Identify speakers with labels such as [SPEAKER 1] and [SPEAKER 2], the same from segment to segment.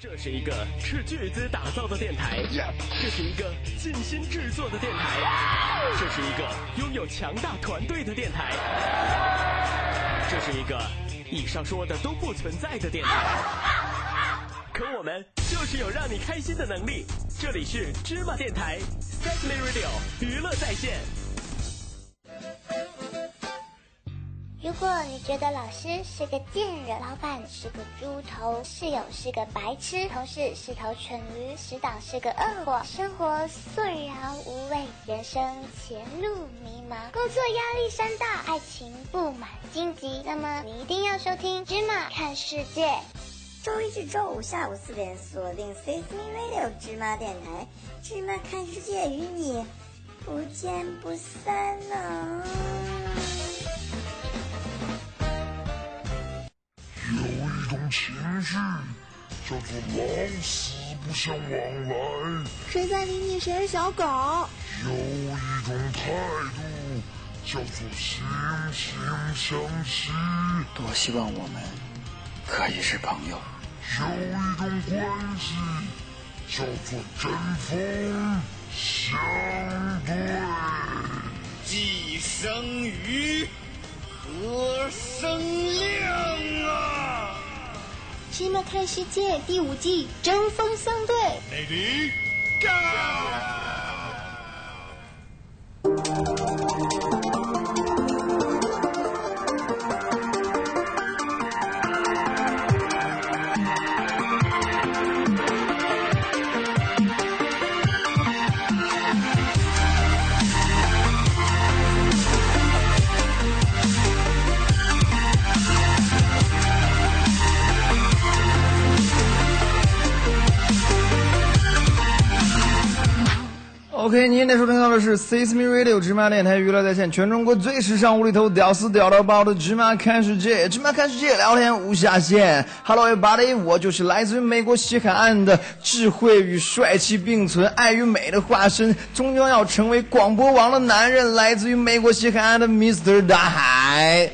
[SPEAKER 1] 这是一个斥巨资打造的电台，这是一个尽心制作的电台，这是一个拥有强大团队的电台，这是一个以上说的都不存在的电台。可我们就是有让你开心的能力。这里是芝麻电台 s e t l y Radio 娱乐在线。
[SPEAKER 2] 如果你觉得老师是个贱人，老板是个猪头，室友是个白痴，同事是头蠢驴，死党是个恶货，生活虽然无味，人生前路迷茫，工作压力山大，爱情布满荆棘，那么你一定要收听《芝麻看世界》，
[SPEAKER 3] 周一至周五下午四点锁定 s a f e Me Radio 芝麻电台，《芝麻看世界》与你不见不散呢、
[SPEAKER 4] 有一种情绪叫做老死不相往来，
[SPEAKER 5] 谁在理你谁是小狗？
[SPEAKER 4] 有一种态度叫做惺惺相惜，
[SPEAKER 6] 多希望我们可以是朋友。
[SPEAKER 4] 有一种关系叫做针锋相对，
[SPEAKER 7] 既生瑜，何生亮啊！
[SPEAKER 5] 《芝麻看世界》第五季针锋相对。
[SPEAKER 7] Lady Gaga。
[SPEAKER 8] OK，您现在收听到的是 Sesame Radio 芝麻电台娱乐在线，全中国最时尚无厘头、屌丝屌到爆的芝麻看世界，芝麻看世界聊天无下限。Hello everybody，我就是来自于美国西海岸的智慧与帅气并存、爱与美的化身，终将要成为广播王的男人，来自于美国西海岸的 Mr 大海。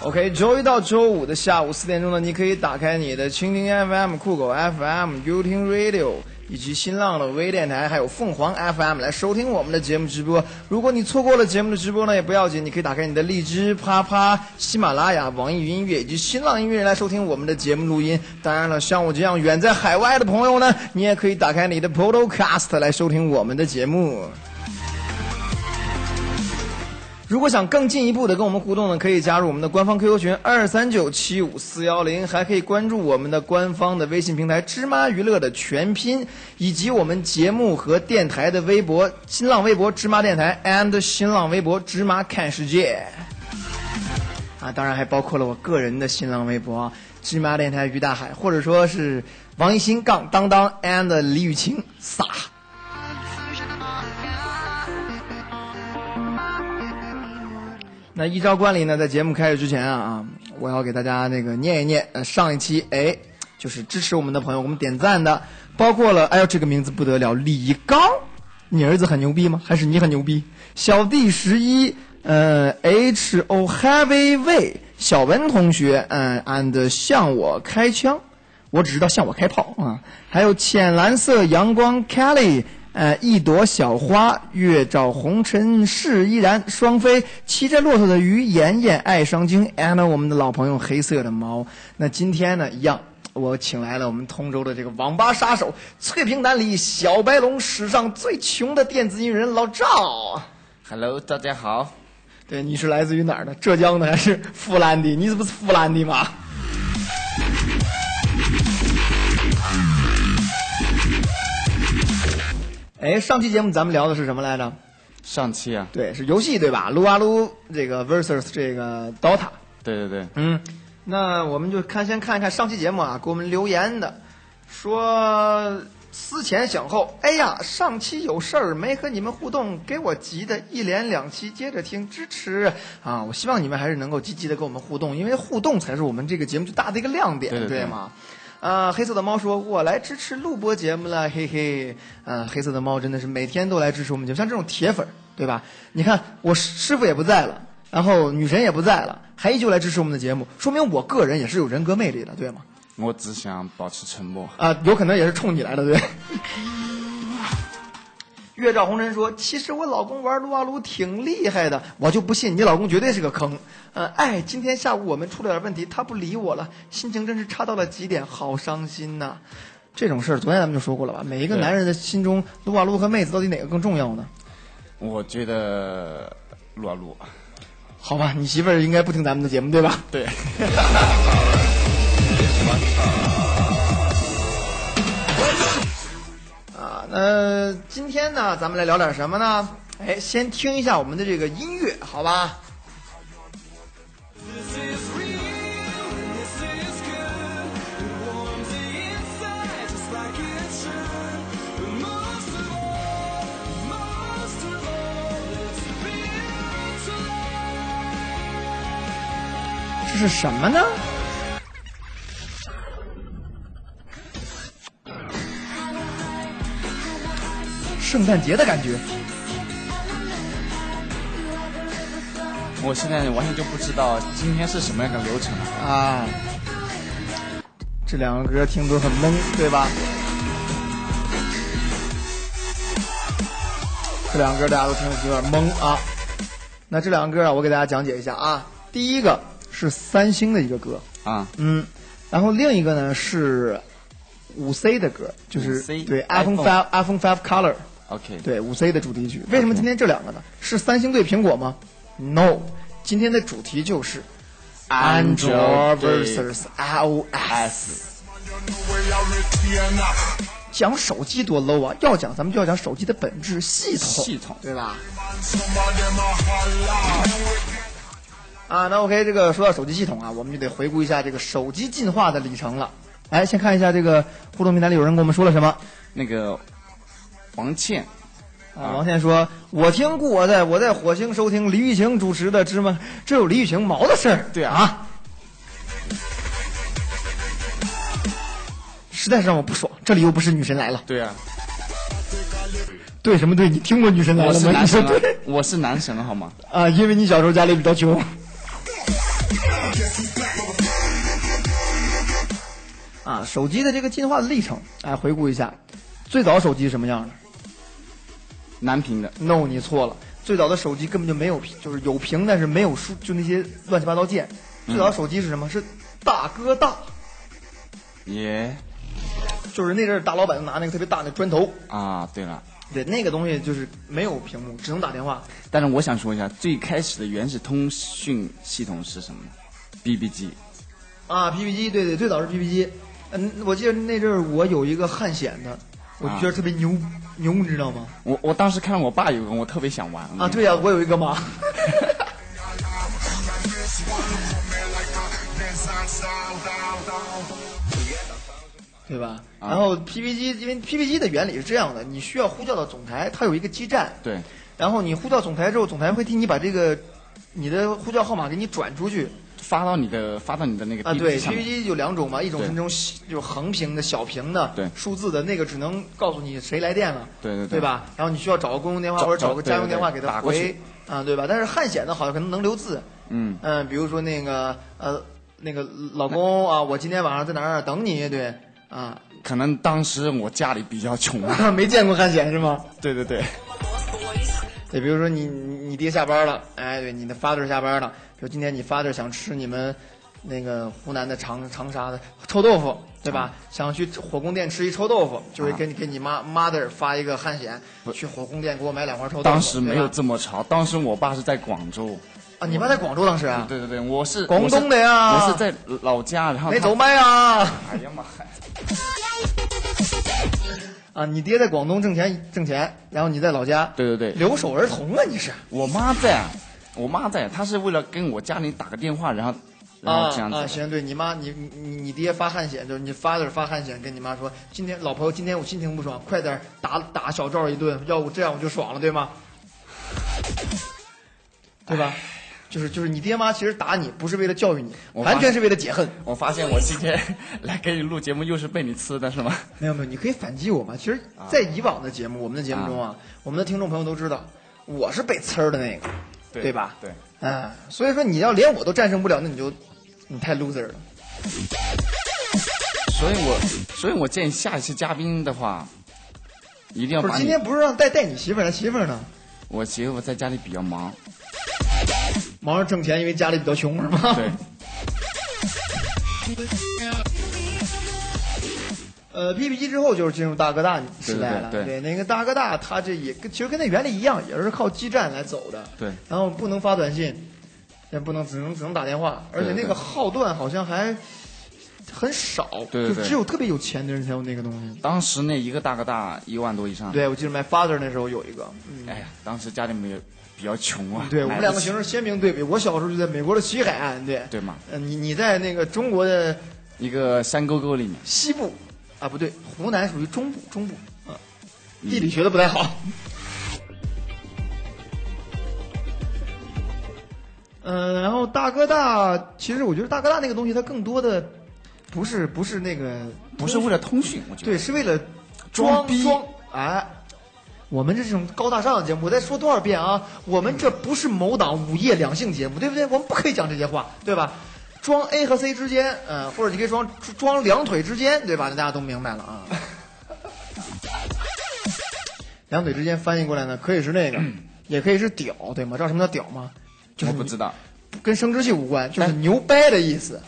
[SPEAKER 8] OK，周一到周五的下午四点钟呢，你可以打开你的蜻蜓 FM、酷狗 FM、优听 Radio 以及新浪的微电台，还有凤凰 FM 来收听我们的节目直播。如果你错过了节目的直播呢，也不要紧，你可以打开你的荔枝、啪啪、喜马拉雅、网易云音乐以及新浪音乐来收听我们的节目录音。当然了，像我这样远在海外的朋友呢，你也可以打开你的 Podcast 来收听我们的节目。如果想更进一步的跟我们互动呢，可以加入我们的官方 QQ 群二三九七五四幺零，还可以关注我们的官方的微信平台“芝麻娱乐”的全拼，以及我们节目和电台的微博、新浪微博“芝麻电台 ”and 新浪微博“芝麻看世界”。啊，当然还包括了我个人的新浪微博“芝麻电台于大海”，或者说是王一新杠当当 and 李雨晴撒。那依照惯例呢，在节目开始之前啊啊，我要给大家那个念一念，呃，上一期哎，就是支持我们的朋友，我们点赞的，包括了，哎呦，这个名字不得了，李刚，你儿子很牛逼吗？还是你很牛逼？小弟十一，呃，H O Heavy Way，小文同学，嗯、呃、，and 向我开枪，我只知道向我开炮啊，还有浅蓝色阳光 Kelly。呃，一朵小花，月照红尘事依然。双飞骑着骆驼的鱼，妍妍爱上京。and 我们的老朋友黑色的猫。那今天呢，一样，我请来了我们通州的这个网吧杀手，翠屏南里小白龙，史上最穷的电子音人老赵。
[SPEAKER 9] Hello，大家好。
[SPEAKER 8] 对，你是来自于哪儿的？浙江的还是富兰的？你这不是富兰的吗？哎，上期节目咱们聊的是什么来着？
[SPEAKER 9] 上期啊，
[SPEAKER 8] 对，是游戏对吧？撸啊撸这个 versus 这个 DOTA。
[SPEAKER 9] 对对对，
[SPEAKER 8] 嗯，那我们就看先看一看上期节目啊，给我们留言的，说思前想后，哎呀，上期有事儿没和你们互动，给我急的一连两期接着听，支持啊！我希望你们还是能够积极的跟我们互动，因为互动才是我们这个节目最大的一个亮点，
[SPEAKER 9] 对对对
[SPEAKER 8] 吗？啊、黑色的猫说：“我来支持录播节目了，嘿嘿。”啊，黑色的猫真的是每天都来支持我们节目，像这种铁粉儿，对吧？你看我师傅也不在了，啊、然后女神也不在了，还依旧来支持我们的节目，说明我个人也是有人格魅力的，对吗？
[SPEAKER 9] 我只想保持沉默。
[SPEAKER 8] 啊、有可能也是冲你来 的，对。月照红尘说：“其实我老公玩撸啊撸挺厉害的，我就不信你老公绝对是个坑。呃，哎，今天下午我们出了点问题，他不理我了，心情真是差到了极点，好伤心呐、这种事儿，昨天咱们就说过了吧？每一个
[SPEAKER 9] 对
[SPEAKER 8] 男人的心中，撸啊撸和妹子到底哪个更重要呢？
[SPEAKER 9] 我觉得撸啊撸，
[SPEAKER 8] 好吧，你媳妇儿应该不听咱们的节目，对吧？
[SPEAKER 9] 对，
[SPEAKER 8] 啊，那今天呢，咱们来聊点什么呢？哎，先听一下我们的这个音乐，好吧？这是什么呢？圣诞节的感觉。
[SPEAKER 9] 我现在完全就不知道今天是什么样的流程了。
[SPEAKER 8] 啊，这两个歌听着很懵，对吧？这两个歌大家都听着有点懵啊。那这两个歌啊，我给大家讲解一下啊。第一个是三星的一个歌，
[SPEAKER 9] 啊，
[SPEAKER 8] 嗯，然后另一个呢是五 C 的歌，就是
[SPEAKER 9] 5C
[SPEAKER 8] 对 iPhone Five iPhone Five Color。
[SPEAKER 9] OK，
[SPEAKER 8] 对五 C 的主题曲。为什么今天这两个呢？是三星对苹果吗？No，今天的主题就是
[SPEAKER 9] 安
[SPEAKER 8] Android
[SPEAKER 9] 卓
[SPEAKER 8] versus iOS。讲手机多 low 啊！要讲咱们就要讲手机的本质系统，
[SPEAKER 9] 系统
[SPEAKER 8] 对吧？啊，那 OK，这个说到手机系统啊，我们就得回顾一下这个手机进化的里程了。来，先看一下这个互动平台里有人跟我们说了什么。
[SPEAKER 9] 那个王倩，
[SPEAKER 8] 啊，王倩说：“我听故我在，我在火星收听李玉晴主持的《芝麻》，这有李玉晴毛的事儿。”
[SPEAKER 9] 对啊
[SPEAKER 8] 啊，实在是让我不爽。这里又不是女神来了，
[SPEAKER 9] 对啊，
[SPEAKER 8] 对什么对？你听过女神来
[SPEAKER 9] 我
[SPEAKER 8] 了
[SPEAKER 9] 是
[SPEAKER 8] 吗？
[SPEAKER 9] 男
[SPEAKER 8] 你说
[SPEAKER 9] 神啊
[SPEAKER 8] 对，
[SPEAKER 9] 我是男神了好吗？
[SPEAKER 8] 啊，因为你小时候家里比较穷。啊，手机的这个进化的历程，哎，回顾一下，最早手机是什么样的？
[SPEAKER 9] 南平的，
[SPEAKER 8] no，你错了。最早的手机根本就没有屏，就是有屏，但是没有输，就那些乱七八糟键。最早的手机是什么？是大哥大，
[SPEAKER 9] 耶
[SPEAKER 8] 就是那阵儿大老板就拿那个特别大的砖头，
[SPEAKER 9] 啊，对了。
[SPEAKER 8] 对，那个东西就是没有屏幕，只能打电话。
[SPEAKER 9] 但是我想说一下，最开始的原始通讯系统是什么呢？BB 机
[SPEAKER 8] 啊，PP 机，对对，最早是 PP 机。嗯，我记得那阵儿我有一个汉显的，我就觉得特别牛、牛，你知道吗？
[SPEAKER 9] 我我当时看到我爸有个，我特别想玩
[SPEAKER 8] 啊，对呀、我有一个妈。 对吧？
[SPEAKER 9] 啊
[SPEAKER 8] 然后 PP 机，因为 PP 机的原理是这样的，你需要呼叫到总台，它有一个基站，
[SPEAKER 9] 对
[SPEAKER 8] 然后你呼叫总台之后，总台会替你把这个你的呼叫号码给你转出去
[SPEAKER 9] 发到你的发到你的那个
[SPEAKER 8] 啊。
[SPEAKER 9] BB
[SPEAKER 8] 对
[SPEAKER 9] 上
[SPEAKER 8] ，PP
[SPEAKER 9] 面
[SPEAKER 8] 机有两种嘛，一种是
[SPEAKER 9] 对
[SPEAKER 8] 那种小就是横屏的小屏的，
[SPEAKER 9] 对
[SPEAKER 8] 数字的那个只能告诉你谁来电了，
[SPEAKER 9] 对对
[SPEAKER 8] 对
[SPEAKER 9] 对？
[SPEAKER 8] 吧？然后你需要找个公用电话
[SPEAKER 9] 找
[SPEAKER 8] 或者找个
[SPEAKER 9] 找对
[SPEAKER 8] 家用电话
[SPEAKER 9] 对
[SPEAKER 8] 给
[SPEAKER 9] 对
[SPEAKER 8] 他
[SPEAKER 9] 打过
[SPEAKER 8] 回
[SPEAKER 9] 去
[SPEAKER 8] 啊，对吧？但是汉显的好像可能能留字，
[SPEAKER 9] 嗯，
[SPEAKER 8] 嗯，比如说那个呃那个老公啊，我今天晚上在哪儿哪儿等你，对啊，
[SPEAKER 9] 可能当时我家里比较穷，啊
[SPEAKER 8] 没见过汉显是吗？
[SPEAKER 9] 对对对，
[SPEAKER 8] 对，比如说你你你爹下班了，哎，对，你的 father 下班了，比如今天你 father 想吃你们那个湖南的长长沙的臭豆腐，对吧？
[SPEAKER 9] 啊
[SPEAKER 8] 想去火宫殿吃一臭豆腐，就会给你、给你妈 mother 发一个汉显，去火宫殿给我买两块臭豆腐。
[SPEAKER 9] 当时没
[SPEAKER 8] 对
[SPEAKER 9] 有
[SPEAKER 8] 吧
[SPEAKER 9] 这么潮，当时我爸是在广州，
[SPEAKER 8] 啊，你妈在广州当时啊，
[SPEAKER 9] 对对对，我是
[SPEAKER 8] 广东的呀
[SPEAKER 9] 我是我是在老家，然后
[SPEAKER 8] 没
[SPEAKER 9] 他
[SPEAKER 8] 走，麦啊。
[SPEAKER 9] 哎呀妈呀，
[SPEAKER 8] 啊，你爹在广东挣钱挣钱，然后你在老家，
[SPEAKER 9] 对对对
[SPEAKER 8] 留守儿童啊，你是
[SPEAKER 9] 我妈在，啊我妈在，啊她是为了跟我家里打个电话，然后然
[SPEAKER 8] 啊
[SPEAKER 9] 后这样子，
[SPEAKER 8] 啊，行，对你妈，你你你你爹发汗显，就是你 father 发汗显，跟你妈说，今天老婆，今天我心情不爽，快点打打小赵一顿，要不这样我就爽了，对吗？对吧？就是就是你爹妈其实打你不是为了教育你，
[SPEAKER 9] 我
[SPEAKER 8] 完
[SPEAKER 9] 发
[SPEAKER 8] 全是为了解恨。
[SPEAKER 9] 我发现我今天来给你录节目又是被你吃的是吗？
[SPEAKER 8] 没有没有，你可以反击我嘛。其实，在以往的啊
[SPEAKER 9] 啊
[SPEAKER 8] 节目，我们的节目中啊，我们的听众朋友都知道，我是被呲儿的那个，
[SPEAKER 9] 对
[SPEAKER 8] 吧？
[SPEAKER 9] 对。
[SPEAKER 8] 哎，所以说你要连我都战胜不了，那你就你太 loser 了。
[SPEAKER 9] 所以我，所以我建议下一期嘉宾的话，一定要
[SPEAKER 8] 不是
[SPEAKER 9] 把
[SPEAKER 8] 今
[SPEAKER 9] 你。
[SPEAKER 8] 天不是让带带你媳妇儿，他媳妇儿呢？
[SPEAKER 9] 我媳妇在家里比较忙，
[SPEAKER 8] 忙着挣钱，因为家里比较穷是吗？
[SPEAKER 9] 对。
[SPEAKER 8] 呃，PPT 之后就是进入大哥大时代了，
[SPEAKER 9] 对对对
[SPEAKER 8] 那个大哥大，它这也跟其实跟那原理一样，也是靠基站来走的。
[SPEAKER 9] 对
[SPEAKER 8] 然后不能发短信，也不能只能只能打电话，而且
[SPEAKER 9] 对对
[SPEAKER 8] 那个号段好像还很少，
[SPEAKER 9] 对对
[SPEAKER 8] 就
[SPEAKER 9] 对
[SPEAKER 8] 只有特别有钱的人才有那个东西。
[SPEAKER 9] 当时那一个大哥大一万多以上。。
[SPEAKER 8] 对，我记得买 Father 那时候有一个，嗯，
[SPEAKER 9] 哎呀，当时家里面也比较穷啊。
[SPEAKER 8] 对我
[SPEAKER 9] 买
[SPEAKER 8] 们
[SPEAKER 9] 不
[SPEAKER 8] 两个
[SPEAKER 9] 起
[SPEAKER 8] 形成鲜明对比。我小时候就在美国的西海岸，对，
[SPEAKER 9] 对嘛，
[SPEAKER 8] 呃，你你在那个中国的
[SPEAKER 9] 一个山沟沟里面。
[SPEAKER 8] 西部啊，不对，湖南属于中部，中部啊，
[SPEAKER 9] 嗯
[SPEAKER 8] 地理学的不太好。嗯、然后大哥大，其实我觉得大哥大那个东西，它更多的不是不是那个，
[SPEAKER 9] 不是为了通讯，我觉得
[SPEAKER 8] 对，是为了
[SPEAKER 9] 装逼
[SPEAKER 8] 装哎。我们这种高大上的节目，我再说多少遍啊？我们这不是某档午夜两性节目，对不对？我们不可以讲这些话，对吧？装 A 和 C 之间，呃，或者你可以装装两腿之间，对吧？那大家都明白了啊。两腿之间翻译过来呢，可以是那个， 也可以是屌，对吗？知道什么叫屌吗？就是
[SPEAKER 9] 我不知道。
[SPEAKER 8] 跟生殖器无关，就是牛掰的意思。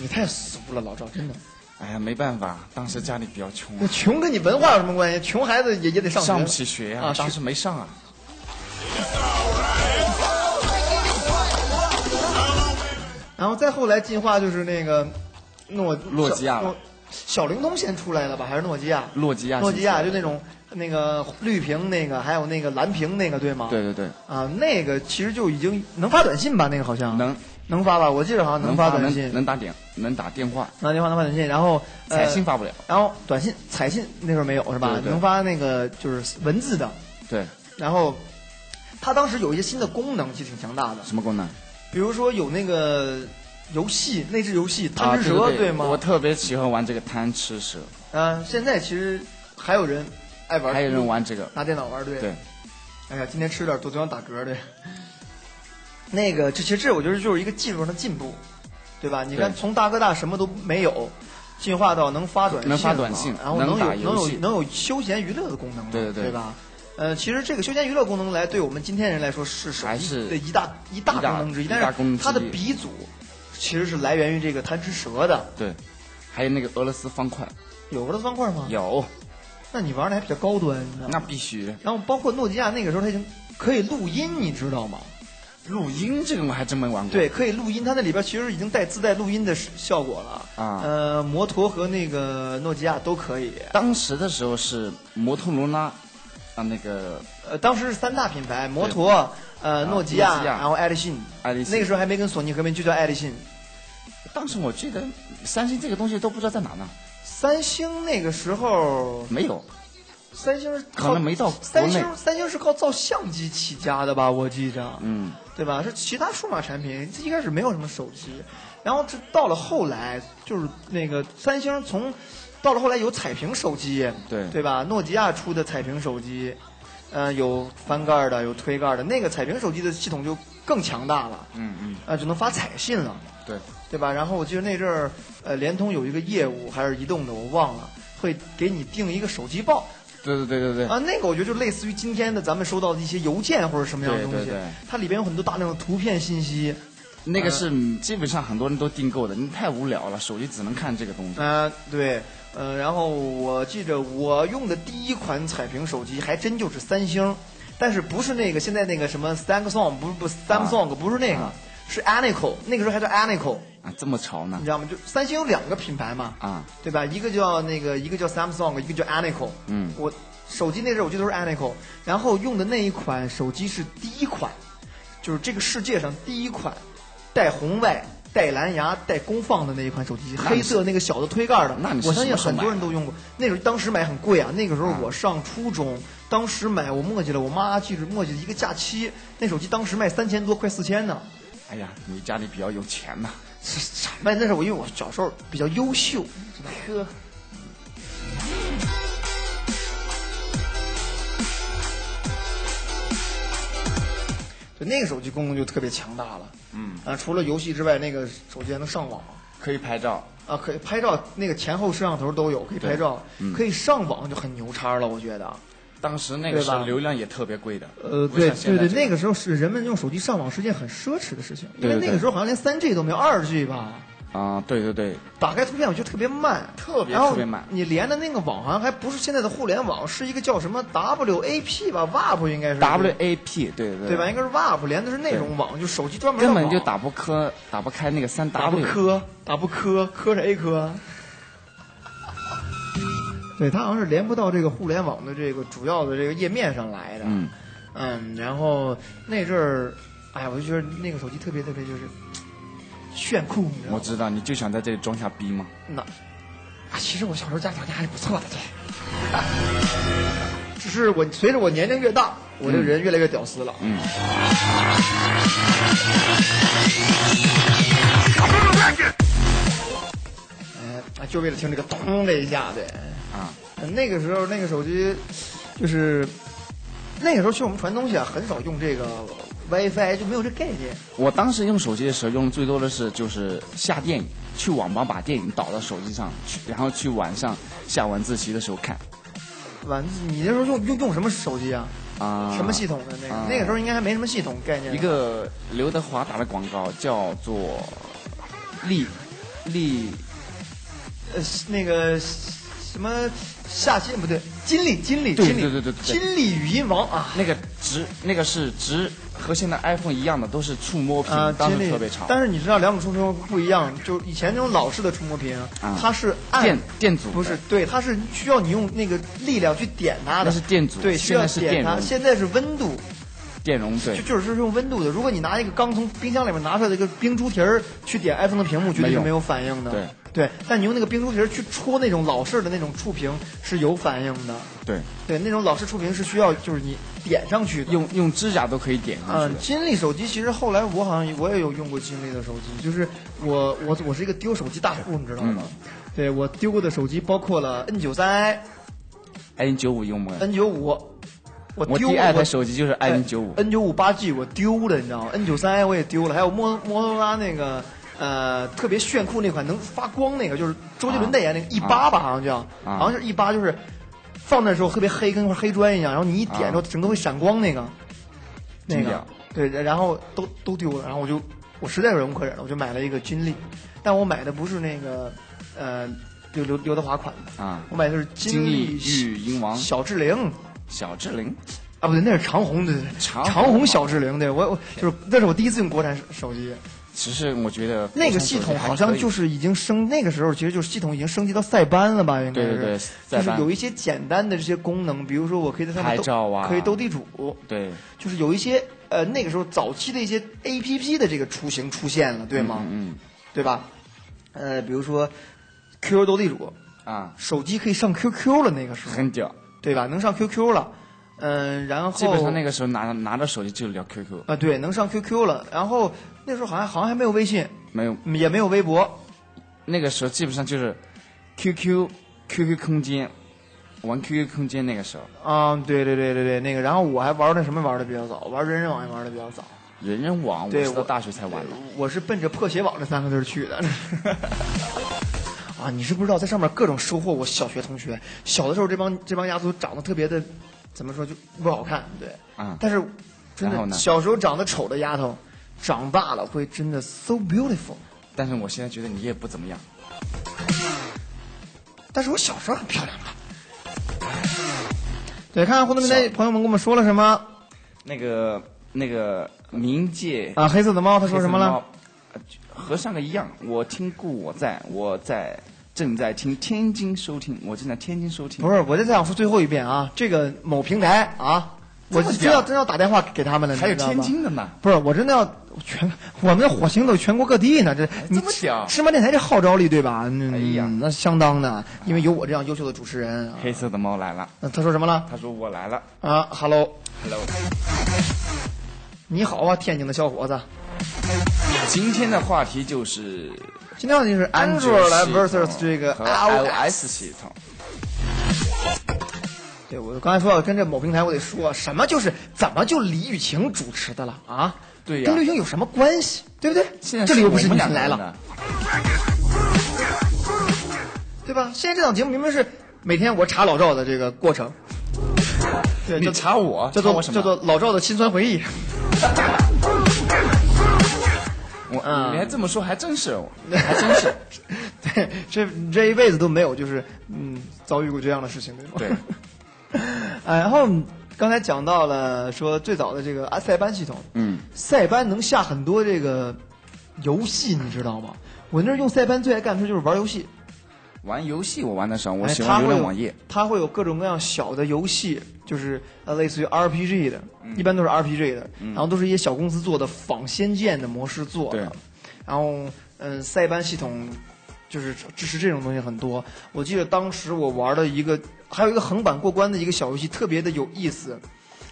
[SPEAKER 8] 你太俗了，老赵，真的。
[SPEAKER 9] 哎呀，没办法，当时家里比较穷啊
[SPEAKER 8] 那，穷跟你文化有什么关系？穷孩子也也得上学。
[SPEAKER 9] 上不起学呀、
[SPEAKER 8] 啊
[SPEAKER 9] 当时
[SPEAKER 8] 学
[SPEAKER 9] 没上啊。
[SPEAKER 8] 然后再后来进化就是那个诺
[SPEAKER 9] 诺基亚
[SPEAKER 8] 小小灵通先出来了吧？还是诺基亚？
[SPEAKER 9] 诺基亚
[SPEAKER 8] 诺基亚就那种那个绿屏那个，还有那个蓝屏那个，对吗？
[SPEAKER 9] 对对对，
[SPEAKER 8] 啊，那个其实就已经能发短信吧？那个好像
[SPEAKER 9] 能
[SPEAKER 8] 能发吧？我记得好像发
[SPEAKER 9] 发
[SPEAKER 8] 短信，
[SPEAKER 9] 能能打电能打电话，
[SPEAKER 8] 打电话能发短信，然后呃
[SPEAKER 9] 彩信发不了。
[SPEAKER 8] 然后短信、彩信那时候没有是吧？
[SPEAKER 9] 对对对
[SPEAKER 8] 能发那个就是文字的，
[SPEAKER 9] 对，
[SPEAKER 8] 然后它当时有一些新的功能，其实挺强大的，
[SPEAKER 9] 什么功能？
[SPEAKER 8] 比如说有那个游戏内置游戏贪
[SPEAKER 9] 啊，
[SPEAKER 8] 吃
[SPEAKER 9] 对
[SPEAKER 8] 蛇，
[SPEAKER 9] 对
[SPEAKER 8] 吗？
[SPEAKER 9] 我特别喜欢玩这个贪吃蛇，
[SPEAKER 8] 啊，现在其实还有人爱玩，
[SPEAKER 9] 还有人玩这个。
[SPEAKER 8] 拿电脑玩，对。
[SPEAKER 9] 对，
[SPEAKER 8] 哎呀，今天吃点多，昨天打嗝对。 那个，这其实这我觉得就是一个技术上的进步，对吧？你看，
[SPEAKER 9] 对
[SPEAKER 8] 从大哥大什么都没有，进化到能发短信了，
[SPEAKER 9] 能发短信
[SPEAKER 8] 然后
[SPEAKER 9] 能
[SPEAKER 8] 能有
[SPEAKER 9] 打游
[SPEAKER 8] 能
[SPEAKER 9] 戏
[SPEAKER 8] 有能有休闲娱乐的功能了，
[SPEAKER 9] 对对
[SPEAKER 8] 对
[SPEAKER 9] 对
[SPEAKER 8] 吧？呃，其实这个休闲娱乐功能来对我们今天人来说是手
[SPEAKER 9] 还
[SPEAKER 8] 机
[SPEAKER 9] 是
[SPEAKER 8] 的一大一大
[SPEAKER 9] 一大
[SPEAKER 8] 功能之一，
[SPEAKER 9] 一大
[SPEAKER 8] 但
[SPEAKER 9] 功
[SPEAKER 8] 是
[SPEAKER 9] 能之
[SPEAKER 8] 它的
[SPEAKER 9] 一
[SPEAKER 8] 鼻祖其实是来源于这个贪吃蛇的。
[SPEAKER 9] 对，还有那个俄罗斯方块，
[SPEAKER 8] 有俄罗斯方块吗？
[SPEAKER 9] 有，
[SPEAKER 8] 那你玩的还比较高端，你知道吗
[SPEAKER 9] 那必须的。
[SPEAKER 8] 然后包括诺基亚那个时候它已经可以录音，你知道吗？
[SPEAKER 9] 嗯录音这个我还真没玩过。
[SPEAKER 8] 对，，可以录音，它那里边其实已经带自带录音的效果了
[SPEAKER 9] 啊
[SPEAKER 8] 呃，摩托和那个诺基亚都可以。
[SPEAKER 9] 当时的时候是摩托罗拉，啊，那个
[SPEAKER 8] 呃，当时是三大品牌，摩托、呃诺基亚，
[SPEAKER 9] 啊诺基亚
[SPEAKER 8] 然后爱立信。
[SPEAKER 9] 爱立信
[SPEAKER 8] 那个时候还没跟索尼合并，就叫爱立信。
[SPEAKER 9] 当时我记得三星这个东西都不知道在哪呢，
[SPEAKER 8] 三星那个时候，
[SPEAKER 9] 没有。
[SPEAKER 8] 三星是靠
[SPEAKER 9] 可能没到国内
[SPEAKER 8] 三星，三星是靠造相机起家的吧？我记着，
[SPEAKER 9] 嗯，
[SPEAKER 8] 对吧？是其他数码产品，一开始没有什么手机，然后这到了后来，就是那个三星从到了后来有彩屏手机，
[SPEAKER 9] 对
[SPEAKER 8] 对吧？诺基亚出的彩屏手机，嗯、有翻盖的，有推盖的，那个彩屏手机的系统就更强大了，
[SPEAKER 9] 嗯嗯，
[SPEAKER 8] 啊、就能发彩信了。
[SPEAKER 9] 对，
[SPEAKER 8] 对吧？然后我记得那阵儿，呃，联通有一个业务还是移动的，我忘了，会给你订一个手机报
[SPEAKER 9] 对对对对对。
[SPEAKER 8] 啊，那个我觉得就类似于今天的咱们收到的一些邮件或者什么样的东西，
[SPEAKER 9] 对对对
[SPEAKER 8] 它里边有很多大量的图片信息，
[SPEAKER 9] 那个是基本上很多人都订购的，你太无聊了，手机只能看这个东西。
[SPEAKER 8] 啊、对，呃，然后我记着我用的第一款彩屏手机还真就是三星，但是不是那个现在那个什么 Samsung，不是不 Samsung，、不是那个，
[SPEAKER 9] 啊
[SPEAKER 8] 是 Anico，那个时候还叫 Anico，
[SPEAKER 9] 啊，这么潮呢
[SPEAKER 8] 你知？道吗？就三星有两个品牌嘛，
[SPEAKER 9] 啊，
[SPEAKER 8] 对吧？一个叫那个，一个叫 Samsung，一个叫 Anico。
[SPEAKER 9] 嗯
[SPEAKER 8] 我手机那阵儿我记得都是 Anico，然后用的那一款手机是第一款，就是这个世界上第一款带红外、带蓝牙、带功放的那一款手机，
[SPEAKER 9] 那
[SPEAKER 8] 黑
[SPEAKER 9] 你是
[SPEAKER 8] 色那个小的推盖的。
[SPEAKER 9] 那你是
[SPEAKER 8] 我相信
[SPEAKER 9] 什么时候
[SPEAKER 8] 很多人
[SPEAKER 9] 买的
[SPEAKER 8] 都用过。那时候当时买很贵啊，那个时候
[SPEAKER 9] 啊
[SPEAKER 8] 我上初中，当时买我墨迹了，我妈记着墨迹了一个假期，那手机当时卖三千多，快四千呢。
[SPEAKER 9] 哎呀，你家里比较有钱呐、
[SPEAKER 8] 是什么呀？那是我因为我小时候比较优秀，知道呵。就那个手机功能就特别强大了。
[SPEAKER 9] 嗯，
[SPEAKER 8] 啊，除了游戏之外，那个手机还能上网
[SPEAKER 9] 可以拍照，
[SPEAKER 8] 啊，可以拍照，那个前后摄像头都有，可以拍照，
[SPEAKER 9] 对嗯
[SPEAKER 8] 可以上网，就很牛叉了，我觉得。啊
[SPEAKER 9] 当时那个时
[SPEAKER 8] 对吧
[SPEAKER 9] 候流量也特别贵的。
[SPEAKER 8] 呃，
[SPEAKER 9] 不像
[SPEAKER 8] 对对
[SPEAKER 9] 现在
[SPEAKER 8] 对，
[SPEAKER 9] 这
[SPEAKER 8] 那个时候是人们用手机上网是件很奢侈的事情，因
[SPEAKER 9] 对
[SPEAKER 8] 为
[SPEAKER 9] 对对
[SPEAKER 8] 那个时候好像连三 G 都没有，二 G 吧，
[SPEAKER 9] 啊，对对对，
[SPEAKER 8] 打开图片我觉得特别慢，
[SPEAKER 9] 特别
[SPEAKER 8] 然后
[SPEAKER 9] 特别慢
[SPEAKER 8] 你连的那个网好像还不是现在的互联网，是一个叫什么 WAP 吧，WAP 应该是
[SPEAKER 9] WAP，对对
[SPEAKER 8] 对吧？应该是 WAP，连的是那种网，就手机专门的
[SPEAKER 9] 根本
[SPEAKER 8] 网
[SPEAKER 9] 就打不磕，打不开那个三 W。
[SPEAKER 8] 打不磕，打不磕，磕是 A 磕。对，它好像是连不到这个互联网的这个主要的这个页面上来的。
[SPEAKER 9] 嗯，
[SPEAKER 8] 嗯，然后那阵儿，哎呀，我就觉得那个手机特别特别就是炫酷，你知道吗？
[SPEAKER 9] 我知道，你就想在这里装下逼吗？
[SPEAKER 8] 那、啊其实我小时候家里条件还是不错的，这。 只是我随着我年龄越大，我这个人越来越屌丝了。
[SPEAKER 9] 嗯。
[SPEAKER 8] 哎，就为了听这个咚这一下，对。呃
[SPEAKER 9] 啊，
[SPEAKER 8] 那个时候那个手机，就是那个时候其实我们传东西啊，很少用这个 WiFi，就没有这概念。
[SPEAKER 9] 我当时用手机的时候，用的最多的是就是下电影，去网吧把电影导到手机上，去然后去晚上下晚自习的时候看。
[SPEAKER 8] 完，你那时候用用用什么手机啊？
[SPEAKER 9] 啊，
[SPEAKER 8] 什么系统的那个？
[SPEAKER 9] 啊
[SPEAKER 8] 那个时候应该还没什么系统概念。
[SPEAKER 9] 一个刘德华打的广告叫做力力
[SPEAKER 8] 呃那个什么下线不对，金立金立
[SPEAKER 9] 对
[SPEAKER 8] 金立
[SPEAKER 9] 对对对对
[SPEAKER 8] 金立语音王啊。
[SPEAKER 9] 那个直，那个是直，和现在 iPhone 一样的，都是触摸屏，
[SPEAKER 8] 啊，
[SPEAKER 9] 当
[SPEAKER 8] 金
[SPEAKER 9] 时
[SPEAKER 8] 立
[SPEAKER 9] 特别潮。
[SPEAKER 8] 但是你知道两种触摸不一样，就以前那种老式的触摸屏，
[SPEAKER 9] 啊
[SPEAKER 8] 它是按
[SPEAKER 9] 电电阻的
[SPEAKER 8] 不是对，它是需要你用那个力量去点它的，
[SPEAKER 9] 那是电阻
[SPEAKER 8] 对，需要
[SPEAKER 9] 现在是
[SPEAKER 8] 点
[SPEAKER 9] 电
[SPEAKER 8] 它。
[SPEAKER 9] 容
[SPEAKER 8] 现在是温度，
[SPEAKER 9] 电容对
[SPEAKER 8] 就，就是用温度的。如果你拿一个刚从冰箱里面拿出来的一个冰猪蹄儿去点 iPhone 的屏幕，绝对
[SPEAKER 9] 没
[SPEAKER 8] 是
[SPEAKER 9] 用
[SPEAKER 8] 没有反应的。
[SPEAKER 9] 对
[SPEAKER 8] 对，但你用那个冰猪蹄儿去戳那种老式的那种触屏是有反应的。
[SPEAKER 9] 对，
[SPEAKER 8] 对，那种老式触屏是需要就是你点上去的。
[SPEAKER 9] 用用指甲都可以点上
[SPEAKER 8] 嗯，
[SPEAKER 9] 去的。
[SPEAKER 8] 金立手机其实后来我好像我也有用过金立的手机，就是我我我是一个丢手机大户，你知道吗？
[SPEAKER 9] 嗯
[SPEAKER 8] 对我丢过的手机包括了 N 九三、
[SPEAKER 9] iPhone 九五用吗？
[SPEAKER 8] N 九五，我
[SPEAKER 9] 我
[SPEAKER 8] 呃丢
[SPEAKER 9] 第二台
[SPEAKER 8] 我呃
[SPEAKER 9] 手机就是 iPhone 九五，
[SPEAKER 8] 哎 N 九五八 G 我丢了，你知道吗？N 九三哎我也丢了，还有摩摩托罗拉那个呃特别炫酷那款能发光那个，就是周杰伦代言那个 E 八吧，好像叫，
[SPEAKER 9] 啊
[SPEAKER 8] 好像就是 E 八，就是放那时候特别黑，跟块黑砖一样，然后你一点
[SPEAKER 9] 啊
[SPEAKER 8] 之后整个会闪光那个，那
[SPEAKER 9] 金
[SPEAKER 8] 个
[SPEAKER 9] 表
[SPEAKER 8] 对，然后都都丢了，然后我就我实在忍无可忍了，我就买了一个金立，但我买的不是那个呃刘刘刘德华款的
[SPEAKER 9] 啊
[SPEAKER 8] 我买的是金
[SPEAKER 9] 金
[SPEAKER 8] 立
[SPEAKER 9] 立玉英王
[SPEAKER 8] 小智灵。
[SPEAKER 9] 小智灵，
[SPEAKER 8] 啊，不对，那是长虹，对对，
[SPEAKER 9] 长
[SPEAKER 8] 长虹
[SPEAKER 9] 虹啊
[SPEAKER 8] 小智灵，对我我就是那是我第一次用国产手手机，
[SPEAKER 9] 其实我觉得
[SPEAKER 8] 那个系统好像就是是已经升，那个时候其实就是系统已经升级到塞班了吧，应该是，
[SPEAKER 9] 对对对塞
[SPEAKER 8] 就是
[SPEAKER 9] 班
[SPEAKER 8] 有一些简单的这些功能，比如说我可以在上面
[SPEAKER 9] 拍
[SPEAKER 8] 斗
[SPEAKER 9] 照啊
[SPEAKER 8] 可以斗地主，
[SPEAKER 9] 对
[SPEAKER 8] 就是有一些呃那个时候早期的一些 A P P 的这个雏形出现了，对吗？
[SPEAKER 9] 嗯
[SPEAKER 8] 对吧？呃，比如说 Q Q 斗地主，
[SPEAKER 9] 嗯啊，
[SPEAKER 8] 手机可以上 Q Q 了，那个时候，
[SPEAKER 9] 很屌。
[SPEAKER 8] 对吧？能上 Q Q 了，嗯、然后
[SPEAKER 9] 基本上那个时候拿拿着手机就聊 QQ，
[SPEAKER 8] 啊，对，能上 QQ 了。然后那时候好像好像还没有微信，
[SPEAKER 9] 没有
[SPEAKER 8] 嗯也没有微博，
[SPEAKER 9] 那个时候基本上就是 QQ、QQ 空间，玩 QQ 空间那个时候，
[SPEAKER 8] 啊，对对对对对，那个。然后我还玩那什么玩的比较早，玩人人网也玩的比较早。
[SPEAKER 9] 人人网我
[SPEAKER 8] 对
[SPEAKER 9] 是到
[SPEAKER 8] 我
[SPEAKER 9] 大学才玩的，
[SPEAKER 8] 我是奔着破鞋网这三个字儿去的。 啊，你是不知道，在上面各种收获我小学同学。小的时候，这帮这帮丫头长得特别的，怎么说就不好看，对。
[SPEAKER 9] 嗯
[SPEAKER 8] 但是真
[SPEAKER 9] 然后
[SPEAKER 8] 的，
[SPEAKER 9] 呢
[SPEAKER 8] 小时候长得丑的丫头，长大了会真的 so beautiful。
[SPEAKER 9] 但是我现在觉得你也不怎么样。
[SPEAKER 8] 但是我小时候很漂亮的。对，看看互动平台朋友们跟我们说了什么
[SPEAKER 9] 那个那个冥界
[SPEAKER 8] 啊？黑色的猫他说什么了？？
[SPEAKER 9] 黑色的猫呃和上个一样，我听故我在，我在正在听天津收听，我正在天津收听。
[SPEAKER 8] 不
[SPEAKER 9] 是，
[SPEAKER 8] 是，我就再想说最后一遍啊，这个某平台啊，我
[SPEAKER 9] 这么
[SPEAKER 8] 真要
[SPEAKER 9] 屌
[SPEAKER 8] 真要打电话给他们了，
[SPEAKER 9] 还有
[SPEAKER 8] 你知道吗
[SPEAKER 9] 天津的呢。
[SPEAKER 8] 不是，我真的要全，我们的火星都全国各地呢，这你
[SPEAKER 9] 哎这么屌
[SPEAKER 8] 芝麻电台这号召力对吧？嗯
[SPEAKER 9] 哎呀
[SPEAKER 8] 那相当的，因为有我这样优秀的主持人啊。
[SPEAKER 9] 黑色的猫来了，
[SPEAKER 8] 那他说什么了？
[SPEAKER 9] 他说我来了
[SPEAKER 8] 啊，Hello，
[SPEAKER 9] ，Hello。
[SPEAKER 8] 你好啊，天津的小伙子，
[SPEAKER 9] 今天的话题就是
[SPEAKER 8] 今天话题是
[SPEAKER 9] 安
[SPEAKER 8] Android 来
[SPEAKER 9] 卓系统
[SPEAKER 8] versus 这个
[SPEAKER 9] 和
[SPEAKER 8] iOS。
[SPEAKER 9] iOS 系统。
[SPEAKER 8] 对我刚才说要跟这某平台，我得说什么就是怎么就李雨晴主持的了啊？
[SPEAKER 9] 对呀
[SPEAKER 8] 跟刘星有什么关系？对不对？
[SPEAKER 9] 现在
[SPEAKER 8] 这里又不
[SPEAKER 9] 是
[SPEAKER 8] 是
[SPEAKER 9] 我
[SPEAKER 8] 你
[SPEAKER 9] 们两个
[SPEAKER 8] 来
[SPEAKER 9] 人
[SPEAKER 8] 了
[SPEAKER 9] 的，，
[SPEAKER 8] 对吧？现在这档节目明明是每天我查老赵的这个过程，对，
[SPEAKER 9] 你
[SPEAKER 8] 叫
[SPEAKER 9] 查我，
[SPEAKER 8] 叫
[SPEAKER 9] 查
[SPEAKER 8] 做
[SPEAKER 9] 我什么？
[SPEAKER 8] 叫做老赵的辛酸回忆。
[SPEAKER 9] 我，
[SPEAKER 8] 嗯
[SPEAKER 9] 你还这么说，还真是，还真是，
[SPEAKER 8] 对，这这一辈子都没有就是嗯遭遇过这样的事情，对吗？
[SPEAKER 9] 对，
[SPEAKER 8] 哎，然后刚才讲到了说最早的这个啊塞班系统，
[SPEAKER 9] 嗯，
[SPEAKER 8] 塞班能下很多这个游戏，你知道吗？我那儿用塞班最爱干的事就是玩游戏，
[SPEAKER 9] 玩游戏我玩的少，我
[SPEAKER 8] 哎
[SPEAKER 9] 喜
[SPEAKER 8] 它
[SPEAKER 9] 欢浏
[SPEAKER 8] 会
[SPEAKER 9] 览
[SPEAKER 8] 有
[SPEAKER 9] 网页，
[SPEAKER 8] 它会有各种各样小的游戏，就是呃类似于 RPG 的，
[SPEAKER 9] 嗯
[SPEAKER 8] 一般都是 RPG 的，然后都是一些小公司做的仿仙剑的模式做的
[SPEAKER 9] 对，
[SPEAKER 8] 然后嗯、塞班系统就是支持这种东西很多。我记得当时我玩的一个，还有一个横版过关的一个小游戏，特别的有意思。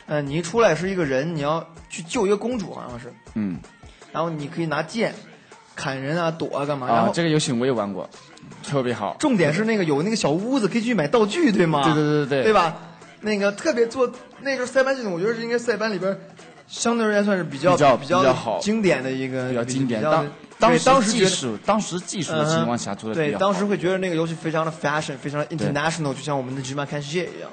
[SPEAKER 8] 嗯、你一出来是一个人，你要去救一个公主，好像是，
[SPEAKER 9] 嗯，
[SPEAKER 8] 然后你可以拿剑砍人啊、躲啊、干嘛，然
[SPEAKER 9] 啊
[SPEAKER 8] 后，
[SPEAKER 9] 这个游戏我也玩过，特别好，
[SPEAKER 8] 重点是那个有那个小屋子可以去买道具，对吗？
[SPEAKER 9] 对对对对对
[SPEAKER 8] 对吧？那个特别做那个塞班系统，我觉得是应该塞班里边相对而言算是比较
[SPEAKER 9] 比较
[SPEAKER 8] 比较
[SPEAKER 9] 比较好
[SPEAKER 8] 经典的一个
[SPEAKER 9] 比较经典。
[SPEAKER 8] 比较
[SPEAKER 9] 当当
[SPEAKER 8] 对
[SPEAKER 9] 时
[SPEAKER 8] 当时觉
[SPEAKER 9] 技
[SPEAKER 8] 得
[SPEAKER 9] 术，当时技术的情况下做的
[SPEAKER 8] 嗯对
[SPEAKER 9] 比，较
[SPEAKER 8] 当
[SPEAKER 9] 好
[SPEAKER 8] 时会觉得那个游戏非常的 fashion，非常的 international，就像我们的《菊马看世界》一 样。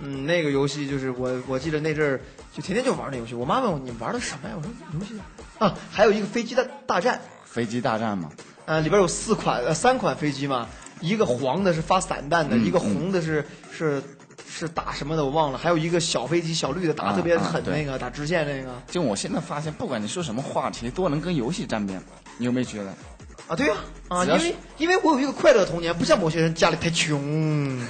[SPEAKER 8] 嗯，那个游戏就是我，我记得那阵儿就天天就玩那游戏。我妈问我你玩的什么呀？我说游戏啊，还有一个飞机大大战，
[SPEAKER 9] 飞机大战嘛，
[SPEAKER 8] 啊，里边有四款呃三款飞机嘛，一个黄的是发散弹
[SPEAKER 9] 嗯
[SPEAKER 8] 的，一个红的是是是打什么的我忘了，还有一个小飞机小绿的打
[SPEAKER 9] 啊
[SPEAKER 8] 特别
[SPEAKER 9] 啊
[SPEAKER 8] 狠
[SPEAKER 9] 对
[SPEAKER 8] 那个打直线那个
[SPEAKER 9] 就我现在发现，不管你说什么话题，都能跟游戏沾边，你有没有觉得？
[SPEAKER 8] 啊，对呀啊，
[SPEAKER 9] 只
[SPEAKER 8] 因
[SPEAKER 9] 要是
[SPEAKER 8] 为因为我有一个快乐童年，不像某些人家里太穷。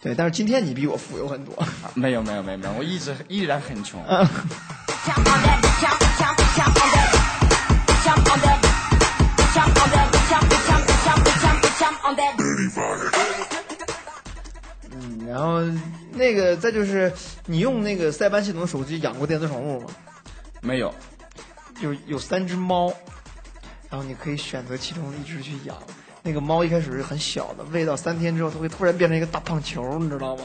[SPEAKER 8] 对，但是今天你比我富有很多。
[SPEAKER 9] 啊没有没有没有没有，我一直依然很穷。
[SPEAKER 8] 嗯嗯，然后那个再就是，你用那个塞班系统的手机养过电子宠物吗？
[SPEAKER 9] 没有，
[SPEAKER 8] 有有三只猫，然后你可以选择其中的一只去养。那个猫一开始是很小的，喂到三天之后，它会突然变成一个大胖球，你知道吗？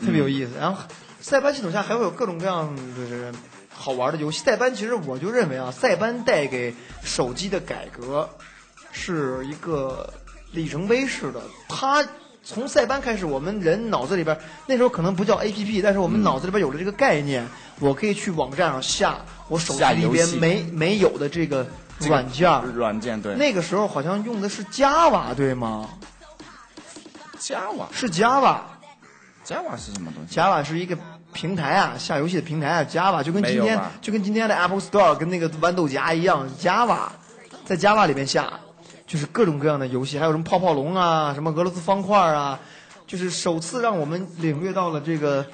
[SPEAKER 8] 特
[SPEAKER 9] 嗯
[SPEAKER 8] 别有意思。然后塞班系统下还会有各种各样就是好玩的游戏。塞班其实我就认为啊，塞班带给手机的改革是一个里程碑式的，它。从塞班开始，我们人脑子里边那时候可能不叫 A P P，但是我
[SPEAKER 9] 嗯
[SPEAKER 8] 们脑子里边有了这个概念，我可以去网站上下我手机
[SPEAKER 9] 下
[SPEAKER 8] 里
[SPEAKER 9] 游
[SPEAKER 8] 边
[SPEAKER 9] 戏
[SPEAKER 8] 没没有的这个
[SPEAKER 9] 这个
[SPEAKER 8] 软件儿。
[SPEAKER 9] 软件对。
[SPEAKER 8] 那个时候好像用的是 Java 对吗？
[SPEAKER 9] Java
[SPEAKER 8] 是 Java，
[SPEAKER 9] Java 是什么东西？
[SPEAKER 8] Java 是一个平台啊，下游戏的平台啊，Java 就跟今
[SPEAKER 9] 没有
[SPEAKER 8] 天
[SPEAKER 9] 吧
[SPEAKER 8] 就跟今天的 Apple Store 跟那个豌豆荚一样，Java 在 Java 里面下就是各种各样的游戏，还有什么泡泡龙啊，什么俄罗斯方块啊，就是首次让我们领略到了这个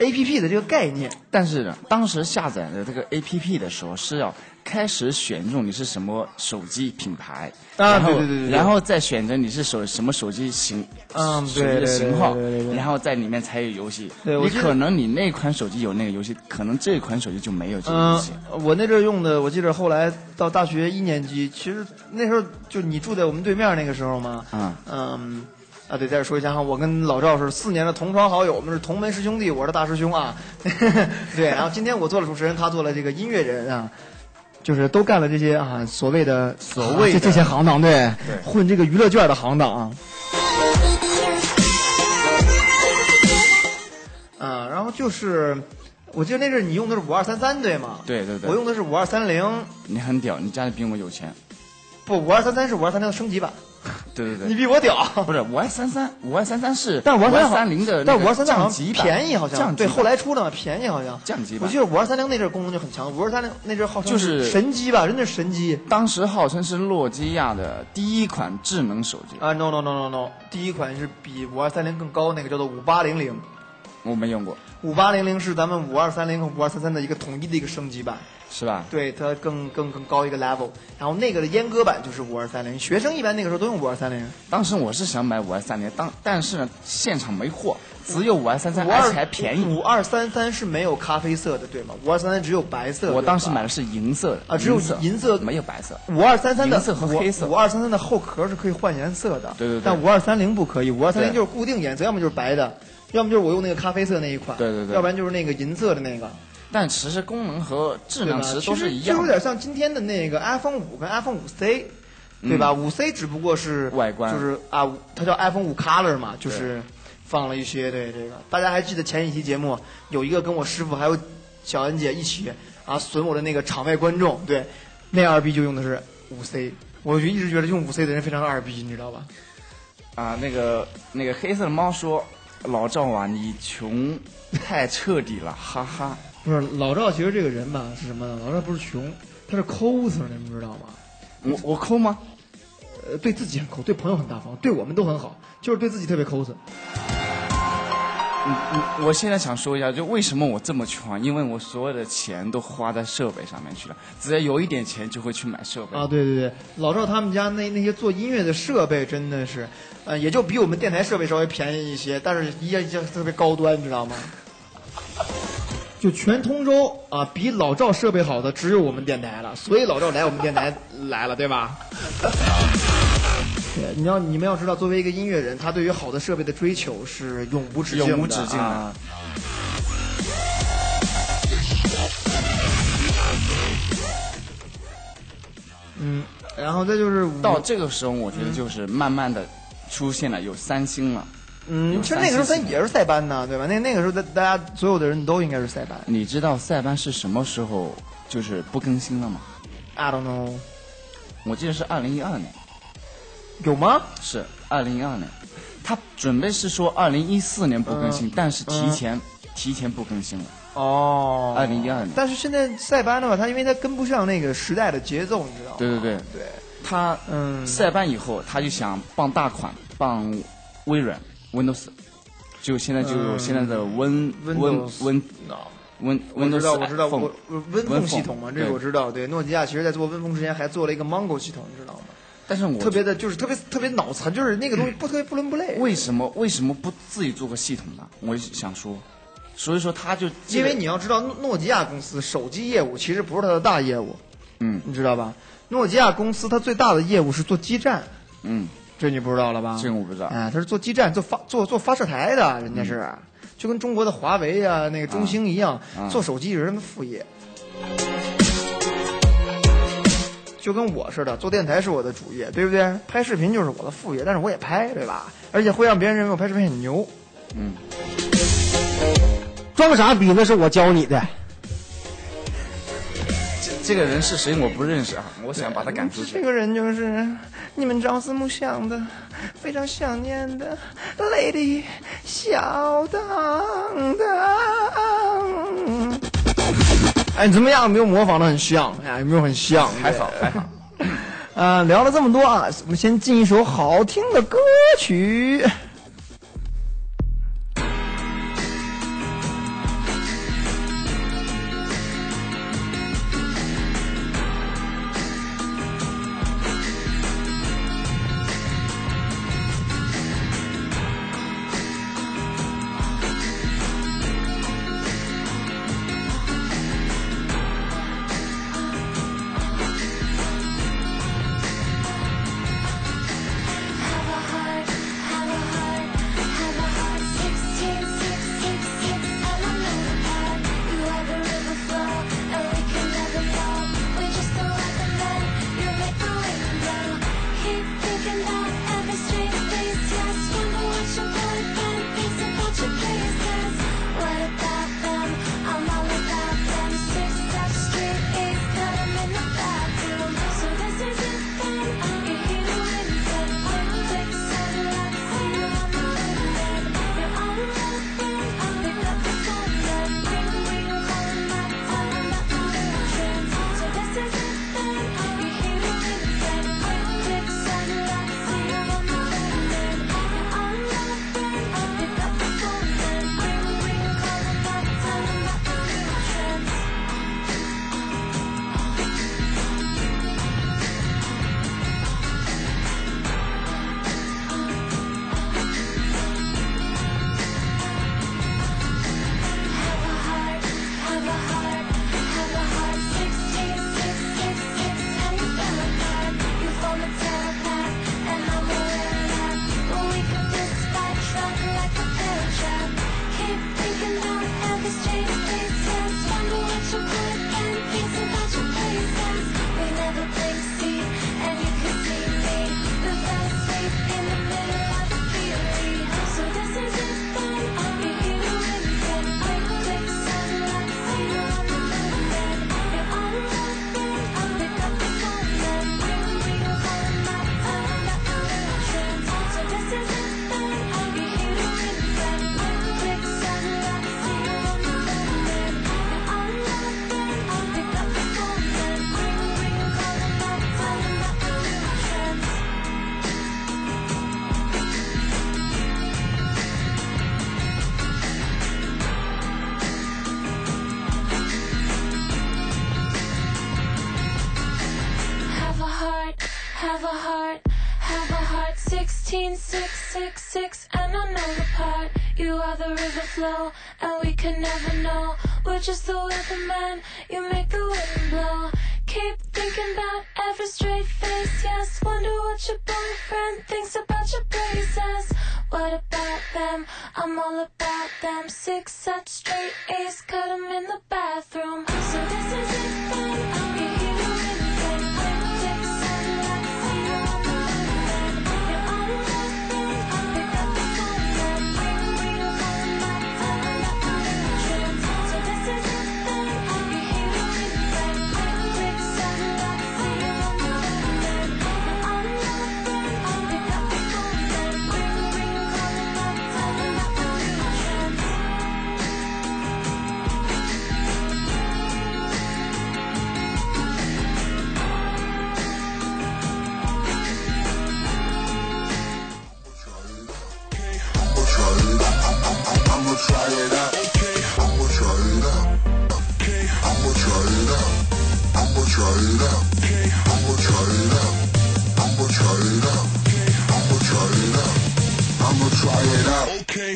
[SPEAKER 8] APP 的这个概念。
[SPEAKER 9] 但是呢，当时下载的这个 APP 的时候是要开始选用你是什么手机品牌
[SPEAKER 8] 啊
[SPEAKER 9] 然后
[SPEAKER 8] 对对对对对
[SPEAKER 9] 然后再选择你是手什么手机型，
[SPEAKER 8] 嗯
[SPEAKER 9] 手
[SPEAKER 8] 对
[SPEAKER 9] 机
[SPEAKER 8] 对
[SPEAKER 9] 的
[SPEAKER 8] 对
[SPEAKER 9] 型号
[SPEAKER 8] 对对对对，对
[SPEAKER 9] 然后在里面才有游戏。
[SPEAKER 8] 对我
[SPEAKER 9] 你
[SPEAKER 8] 记得
[SPEAKER 9] 可能你那款手机有那个游戏，可能这款手机就没有这个游
[SPEAKER 8] 嗯
[SPEAKER 9] 戏。，
[SPEAKER 8] 我那阵儿用的，我记得后来到大学一年级，其实那时候就你住在我们对面那个时候嘛，
[SPEAKER 9] 嗯
[SPEAKER 8] 嗯啊，对，再说一下哈，我跟老赵是四年的同窗好友，我们是同门师兄弟，我是大师兄啊， 对，然后今天我做了主持人，他做了这个音乐人啊。就是都干了这些啊，所谓的所
[SPEAKER 9] 谓的
[SPEAKER 8] 这这些行当，对，混这个娱乐圈的行当啊。啊，然后就是，我记得那阵儿你用的是五二三三对吗？
[SPEAKER 9] 对对对
[SPEAKER 8] 我用的是五二三零，
[SPEAKER 9] 你很屌，你家里比我有钱。
[SPEAKER 8] 不，五二三三是五二三零的升级版，
[SPEAKER 9] 对对
[SPEAKER 8] 你
[SPEAKER 9] 对。
[SPEAKER 8] 比我屌。
[SPEAKER 9] 不是五二三三，五二三三是，
[SPEAKER 8] 但五二
[SPEAKER 9] 三
[SPEAKER 8] 三
[SPEAKER 9] 零的那
[SPEAKER 8] 但
[SPEAKER 9] 个
[SPEAKER 8] 五二三三好
[SPEAKER 9] 降
[SPEAKER 8] 像
[SPEAKER 9] 级版
[SPEAKER 8] 便宜，好
[SPEAKER 9] 降
[SPEAKER 8] 像
[SPEAKER 9] 级
[SPEAKER 8] 对，
[SPEAKER 9] 版
[SPEAKER 8] 后来出的嘛，便宜好像
[SPEAKER 9] 降级版
[SPEAKER 8] 我记得五二三零那阵儿功能就很强，五二三零那阵儿号称
[SPEAKER 9] 就是
[SPEAKER 8] 神机吧，真的是神机
[SPEAKER 9] 当时号称是诺基亚的第一款智能手机，
[SPEAKER 8] 啊！No No No No No，第一款是比五二三零更高，那个叫做五八零零，
[SPEAKER 9] 我没用过。
[SPEAKER 8] 五八零零是咱们五二三零和五二三三的一个统一的一个升级版。
[SPEAKER 9] 是吧？
[SPEAKER 8] 对，它更更更高一个 level。然后那个的阉割版就是五二三零，学生一般那个时候都用五二三零。
[SPEAKER 9] 当时我是想买五二三零，当但是呢，现场没货，只有五二三三，
[SPEAKER 8] 五
[SPEAKER 9] 而
[SPEAKER 8] 二
[SPEAKER 9] 且还便宜。
[SPEAKER 8] 五二三三是没有咖啡色的，对吗？五二三三只有白色。
[SPEAKER 9] 我当时
[SPEAKER 8] 对吧
[SPEAKER 9] 买的是银色的
[SPEAKER 8] 啊只有银
[SPEAKER 9] 银
[SPEAKER 8] 色
[SPEAKER 9] 没有白色。
[SPEAKER 8] 五二三三的
[SPEAKER 9] 银色和黑色
[SPEAKER 8] 五二三三的后壳是可以换颜色的，
[SPEAKER 9] 对对对
[SPEAKER 8] 但五二三零不可以，五二三零
[SPEAKER 9] 对
[SPEAKER 8] 就是固定颜色，要么就是白的，要么就是我用那个咖啡色那一款，
[SPEAKER 9] 对对对
[SPEAKER 8] 要不然就是那个银色的那个，
[SPEAKER 9] 但其实功能和质
[SPEAKER 8] 对吧
[SPEAKER 9] 量其？实都是一
[SPEAKER 8] 就
[SPEAKER 9] 样
[SPEAKER 8] 有
[SPEAKER 9] 的。
[SPEAKER 8] 点像今天的那个 iPhone 五跟 iPhone 五 C，对吧？五 C 只不过是
[SPEAKER 9] 嗯外观
[SPEAKER 8] 就是啊，它叫 iPhone 五 Color 嘛，就是放了一些对这个，大家还记得前几期节目有一个跟我师傅还有小恩姐一起啊损我的那个场外观众，对，那二逼就用的是五 C。我就一直觉得用五 C 的人非常二逼，你知道吧？
[SPEAKER 9] 啊，那个那个黑色的猫说：“老赵啊，你穷太彻底了，哈哈。
[SPEAKER 8] 不是老赵，其实这个人吧是什么呢？老赵不是穷，他是抠死，你们知道吗？
[SPEAKER 9] 我”我抠吗？
[SPEAKER 8] 呃，对自己很抠，对朋友很大方，对我们都很好，就是对自己特别抠死。
[SPEAKER 9] 嗯我我现在想说一下，就为什么我这么穷啊？因为我所有的钱都花在设备上面去了，只要有一点钱就会去买设备。
[SPEAKER 8] 啊，对对对，老赵他们家那那些做音乐的设备真的是，呃，也就比我们电台设备稍微便宜一些，但是一下一下特别高端，你知道吗？就全通州啊，比老赵设备好的只有我们电台了，所以老赵来我们电台来了，对吧？ 对，你要你们要知道，作为一个音乐人，他对于好的设备的追求是永无止境的，
[SPEAKER 9] 永无止境的
[SPEAKER 8] 啊。嗯，然后再就是五
[SPEAKER 9] 到这个时候，我觉得就是慢慢的出现了有三星了。
[SPEAKER 8] 嗯，
[SPEAKER 9] 有
[SPEAKER 8] 其实
[SPEAKER 9] 三
[SPEAKER 8] 那个时候
[SPEAKER 9] 星系
[SPEAKER 8] 咱也是塞班呢，对吧？那那个时候大大家所有的人都应该是塞班。
[SPEAKER 9] 你知道塞班是什么时候就是不更新了吗？
[SPEAKER 8] I don't know，
[SPEAKER 9] 我记得是二零一二年，
[SPEAKER 8] 有吗？
[SPEAKER 9] 是二零一二年，他准备是说二零一四年不更
[SPEAKER 8] 嗯
[SPEAKER 9] 新，但是提前、提前不更新了。
[SPEAKER 8] 哦
[SPEAKER 9] 2012年
[SPEAKER 8] 但是现在塞班的话，它因为它跟不上那个时代的节奏，你知道吗？
[SPEAKER 9] 对对对，
[SPEAKER 8] 对，
[SPEAKER 9] 他
[SPEAKER 8] 嗯
[SPEAKER 9] 塞班以后，他就想傍大款，傍微软 Windows，就现在就有
[SPEAKER 8] 嗯
[SPEAKER 9] 现在的 Win Win
[SPEAKER 8] Windows
[SPEAKER 9] Win
[SPEAKER 8] No
[SPEAKER 9] Win
[SPEAKER 8] 我知道，
[SPEAKER 9] Windows 哎
[SPEAKER 8] 我知道，
[SPEAKER 9] Phone
[SPEAKER 8] 我我温风系统嘛，这个我
[SPEAKER 9] 对
[SPEAKER 8] 知道。对，诺基亚其实在做温风之前还做了一个 Mongo 系统，你知道吗？
[SPEAKER 9] 但是我
[SPEAKER 8] 特别的，就是特别特别脑残，就是那个东西不特别不伦不类。
[SPEAKER 9] 为什么为什么不自己做个系统呢？我想说，所以说他就
[SPEAKER 8] 因为你要知道，诺诺基亚公司手机业务其实不是它的大业务，
[SPEAKER 9] 嗯
[SPEAKER 8] 你知道吧？诺基亚公司它最大的业务是做基站，
[SPEAKER 9] 嗯，
[SPEAKER 8] 这你不知道了吧？
[SPEAKER 9] 这个我不知道嗯
[SPEAKER 8] 哎，它是做基站、做发、做做发射台的，人家是，就跟中国的华为啊、那个中兴一样，
[SPEAKER 9] 啊
[SPEAKER 8] 做手机也是他们副业。就跟我似的，做电台是我的主业，对不对？拍视频就是我的副业，但是我也拍，对吧？而且会让别人认为我拍视频很牛。
[SPEAKER 10] 装傻逼那是我教你的。
[SPEAKER 9] 这这个人是谁我不认识啊，我想把他赶出
[SPEAKER 8] 这
[SPEAKER 9] 去。
[SPEAKER 8] 个人就是你们朝思暮想的、非常想念的 Lady 小当当。哎，你怎么样？有没有模仿的很像？哎，有没有很像？
[SPEAKER 9] 还好还好，
[SPEAKER 8] 啊、聊了这么多啊，我们先进一首好听的歌曲。
[SPEAKER 5] Have a heart, have a heart.
[SPEAKER 11] 16, 666, and I know the part. You are the river flow, and we can never know. We're just the weatherman, you make the wind blow. Keep thinking about every straight face, yes. Wonder what your boyfriend thinks about your praises. What about them? I'm all about them. Six sets straight A's, cut 'em in the bathroom. So this is it, fun. I'm your hero in the game. When you take the sunlight, see all the women. You're all in love, babe. I pick up the concept. Maybe we don't have to not tell a lot of truth. So this is it, fun. I'm your hero in the game. When you take the sunlight, see all the women. You're all in love, babe. I pick up the concept. Maybe we don't have to not tell a lot of truth.
[SPEAKER 4] I'ma try it out. I'ma try it out. I'ma try it out. I'ma try it out. I'ma try it out. I'ma try it out. I'ma try it out. I'ma try it out. Okay.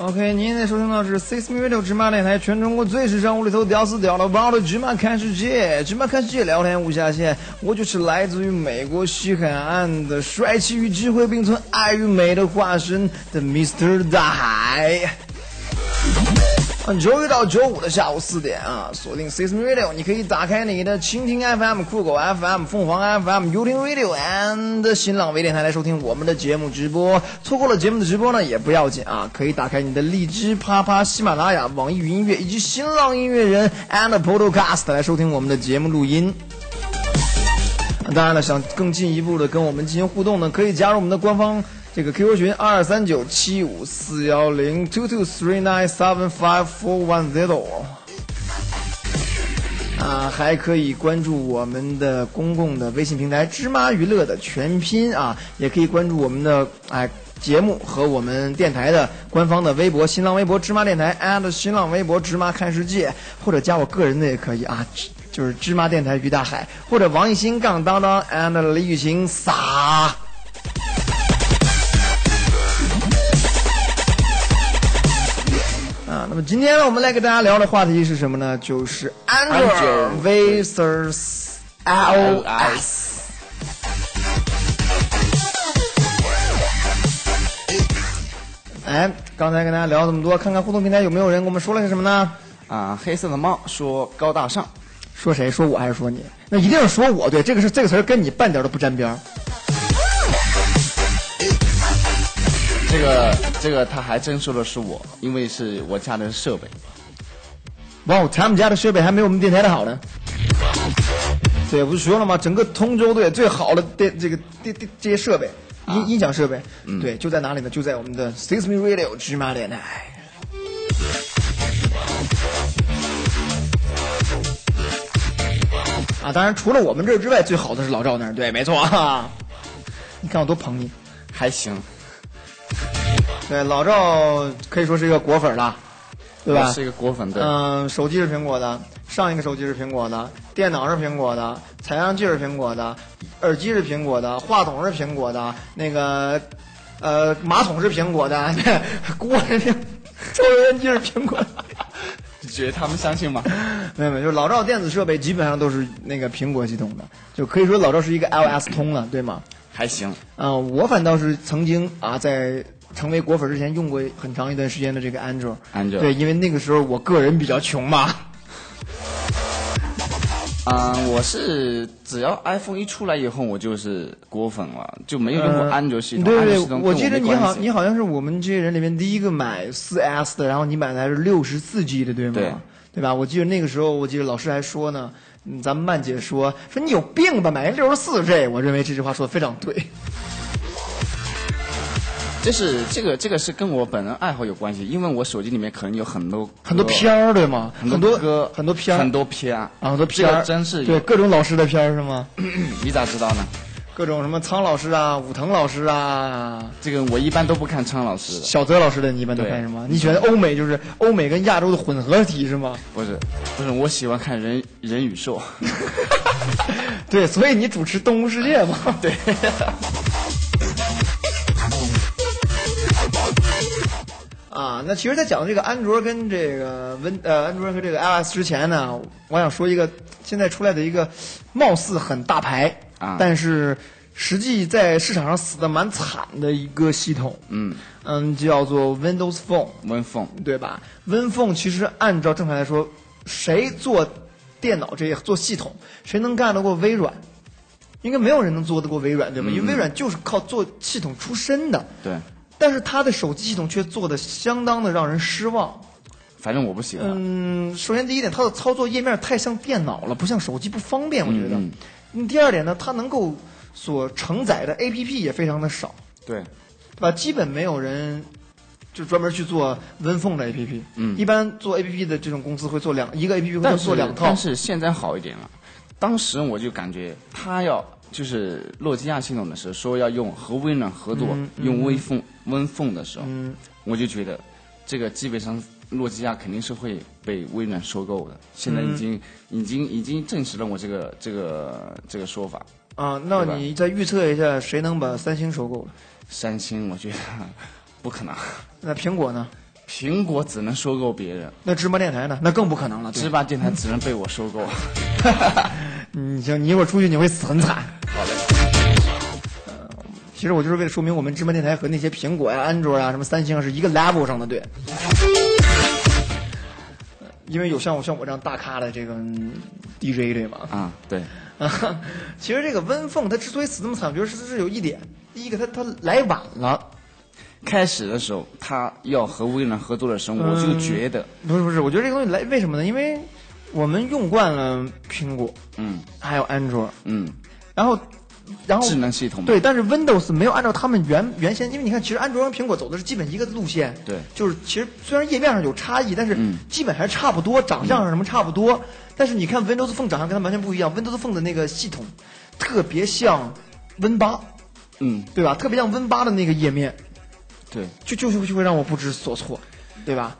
[SPEAKER 8] OK，您现在收听到的是 Six m i n u t e 芝麻电台，全中国最时尚、无厘头、屌丝屌到爆的芝麻看世界，芝麻看世界，聊天无下限。我就是来自于美国西海岸的帅气与智慧并存、爱与美的化身的 Mr 大海。嗯，周一到周五的下午四点啊，锁定 Six m i n u t e 你可以打开你的蜻蜓 FM、酷狗 FM、凤凰 FM、优听 Radio and 新浪微电台来收听我们的节目直播。错过了节目的直播呢，也不要紧啊，可以打开你的荔枝、啪啪、喜马拉雅、网易云音乐以及新浪音乐人 and Podcast 来收听我们的节目录音。当然了，想更进一步的跟我们进行互动呢，可以加入我们的官方这个 QQ 群二三九七五四幺零 two two three nine seven five four one zero。啊，还可以关注我们的公共的微信平台“芝麻娱乐”的全拼啊，也可以关注我们的哎节目和我们电台的官方的微博，新浪微博“芝麻电台 ”and 新浪微博“芝麻看世界”，或者加我个人的也可以啊，芝就是芝麻电台于大海，或者王艺兴杠当当 and 李雨晴撒。啊，那么今天呢，我们来跟大家聊的话题是什么呢？就是 Android versus iOS。哎，刚才跟大家聊这么多，看看互动平台有没有人跟我们说了些什么呢？
[SPEAKER 9] 啊，黑色的猫说高大上，
[SPEAKER 8] 说谁？说我还是说你？那一定是说我对，这个是这个词儿跟你半点都不沾边儿。
[SPEAKER 9] 这个这个他还真说的是我，因为是我家的设备。
[SPEAKER 8] 哇哦，他们家的设备还没有我们电台的好呢。对，不是说了吗？整个通州队最好的电这个电电这些设备，音、音响设备，对，就在哪里呢？就在我们的 Six Me Radio 芝麻电台。啊，当然除了我们这儿之外，最好的是老赵那儿。对，没错 啊。你看我多捧你。
[SPEAKER 9] 还行。
[SPEAKER 8] 对，老赵可以说是一个果粉了，对吧？
[SPEAKER 9] 我是一个果粉，对。
[SPEAKER 8] 嗯，手机是苹果的，上一个手机是苹果的，电脑是苹果的，采样器是苹果的，耳机是苹果的，话筒是苹果的，那个呃马桶是苹果的，锅是苹，抽油烟机是苹果的。
[SPEAKER 9] 你觉得他们相信吗？
[SPEAKER 8] 没有没有，就是老赵电子设备基本上都是那个苹果系统的，就可以说老赵是一个 iOS 通了，对吗？
[SPEAKER 9] 还行。
[SPEAKER 8] 嗯、我反倒是曾经啊，在成为果粉之前用过很长一段时间的这个 Android。
[SPEAKER 9] Android
[SPEAKER 8] 对，因为那个时候我个人比较穷嘛。
[SPEAKER 9] 啊、我是只要 iPhone 一出来以后，我就是果粉了，就没有用过
[SPEAKER 8] 呃
[SPEAKER 9] 安卓系统。
[SPEAKER 8] 对
[SPEAKER 9] 安
[SPEAKER 8] 对
[SPEAKER 9] 卓系
[SPEAKER 8] 对，
[SPEAKER 9] 统
[SPEAKER 8] 我
[SPEAKER 9] 跟
[SPEAKER 8] 记得
[SPEAKER 9] 没
[SPEAKER 8] 你好
[SPEAKER 9] 关，系
[SPEAKER 8] 你好像是我们这些人里面第一个买4 S 的，然后你买的还是六十四 G 的，对吗？
[SPEAKER 9] 对
[SPEAKER 8] 对吧？我记得那个时候，我记得老师还说呢，嗯咱们曼姐说说你有病吧，买六十四 G，我认为这句话说的非常对。
[SPEAKER 9] 就是这个这个是跟我本人爱好有关系，因为我手机里面可能有很多
[SPEAKER 8] 很多片儿对吗？
[SPEAKER 9] 很
[SPEAKER 8] 多
[SPEAKER 9] 歌、
[SPEAKER 8] 很多片儿
[SPEAKER 9] 很多片儿
[SPEAKER 8] 啊，很多片
[SPEAKER 9] 这
[SPEAKER 8] 儿
[SPEAKER 9] 个真是有
[SPEAKER 8] 对各种老师的片儿是吗？
[SPEAKER 9] 你咋知道呢？
[SPEAKER 8] 各种什么苍老师啊、武藤老师啊，
[SPEAKER 9] 这个我一般都不看苍老师的，
[SPEAKER 8] 小泽老师的，你一般都看什么？你喜欢欧美就是欧美跟亚洲的混合体是吗？
[SPEAKER 9] 不是不是，我喜欢看人 人 与兽。
[SPEAKER 8] 对，所以你主持《动物世界》嘛？
[SPEAKER 9] 对。
[SPEAKER 8] 啊，那其实，在讲这个安卓跟这个 Win 呃安卓和这个 iOS 之前呢，我想说一个现在出来的一个貌似很大牌
[SPEAKER 9] 啊
[SPEAKER 8] 但是实际在市场上死的蛮惨的一个系统，
[SPEAKER 9] 嗯
[SPEAKER 8] 嗯，叫做 Windows Phone，
[SPEAKER 9] ，Win Phone
[SPEAKER 8] 对吧？Win Phone 其实按照正常来说，谁做电脑这些做系统，谁能干得过微软？应该没有人能做得过微软，对吧？因为微软就是靠做系统出身的。
[SPEAKER 9] 嗯对，
[SPEAKER 8] 但是它的手机系统却做的相当的让人失望。
[SPEAKER 9] 反正我不喜欢。
[SPEAKER 8] 嗯，首先第一点，它的操作页面太像电脑了，不像手机，不方便，我觉得。
[SPEAKER 9] 嗯
[SPEAKER 8] 嗯第二点呢，它能够所承载的 APP 也非常的少，
[SPEAKER 9] 对，
[SPEAKER 8] 对吧？呃基本没有人就专门去做 WinPhone 的 APP。
[SPEAKER 9] 嗯
[SPEAKER 8] 一般做 APP 的这种公司会做两一个 APP 会
[SPEAKER 9] 但
[SPEAKER 8] 做
[SPEAKER 9] 是
[SPEAKER 8] 两套。
[SPEAKER 9] 但是现在好一点了，当时我就感觉他要就是诺基亚系统的时候，说要用和微软合作、
[SPEAKER 8] 嗯嗯
[SPEAKER 9] 用微风 Win Phone 的时候，
[SPEAKER 8] 嗯
[SPEAKER 9] 我就觉得这个基本上诺基亚肯定是会被微软收购的。现在已经、
[SPEAKER 8] 嗯
[SPEAKER 9] 已经已经证实了我这个这个这个说法。
[SPEAKER 8] 啊，那
[SPEAKER 9] 对吧
[SPEAKER 8] 你再预测一下，谁能把三星收购了？
[SPEAKER 9] 三星我觉得不可能，
[SPEAKER 8] 那苹果呢？
[SPEAKER 9] 苹果只能收购别人，
[SPEAKER 8] 那芝麻电台呢？那更不可能了。对
[SPEAKER 9] 芝麻电台只能被我收购。
[SPEAKER 8] 嗯， 行，你一会儿出去你会死很惨。呃
[SPEAKER 9] 好嘞。
[SPEAKER 8] 其实我就是为了说明我们芝麻电台和那些苹果呀、安卓呀、什么三星啊是一个 level 上的，对。因为有像我像我这样大咖的这个嗯 DJ 对吗？
[SPEAKER 9] 啊，对，
[SPEAKER 8] 啊， 其实这个温凤它之所以死那么惨，我觉得是是有一点，第一个它它来晚了，
[SPEAKER 9] 开始的时候，他要和微软合作的时候，我
[SPEAKER 8] 嗯
[SPEAKER 9] 就觉得，
[SPEAKER 8] 不是不是，我觉得这个东西来为什么呢？因为我们用惯了苹果，
[SPEAKER 9] 嗯
[SPEAKER 8] 还有安卓，
[SPEAKER 9] 嗯，
[SPEAKER 8] 然后然后
[SPEAKER 9] 智能系统嘛
[SPEAKER 8] 对，但是 Windows 没有按照他们原原先，因为你看，其实安卓跟苹果走的是基本一个路线，
[SPEAKER 9] 对
[SPEAKER 8] 就是其实虽然页面上有差异，但是
[SPEAKER 9] 嗯
[SPEAKER 8] 基本还是差不多，长相上什么差不多。但是你看 Windows Phone 长相跟它完全不一样，Windows Phone 的那个系统特别像 Win 八，
[SPEAKER 9] 嗯，
[SPEAKER 8] 对吧？特别像 Win 八的那个页面，
[SPEAKER 9] 对，
[SPEAKER 8] 就就是就会让我不知所措，对吧？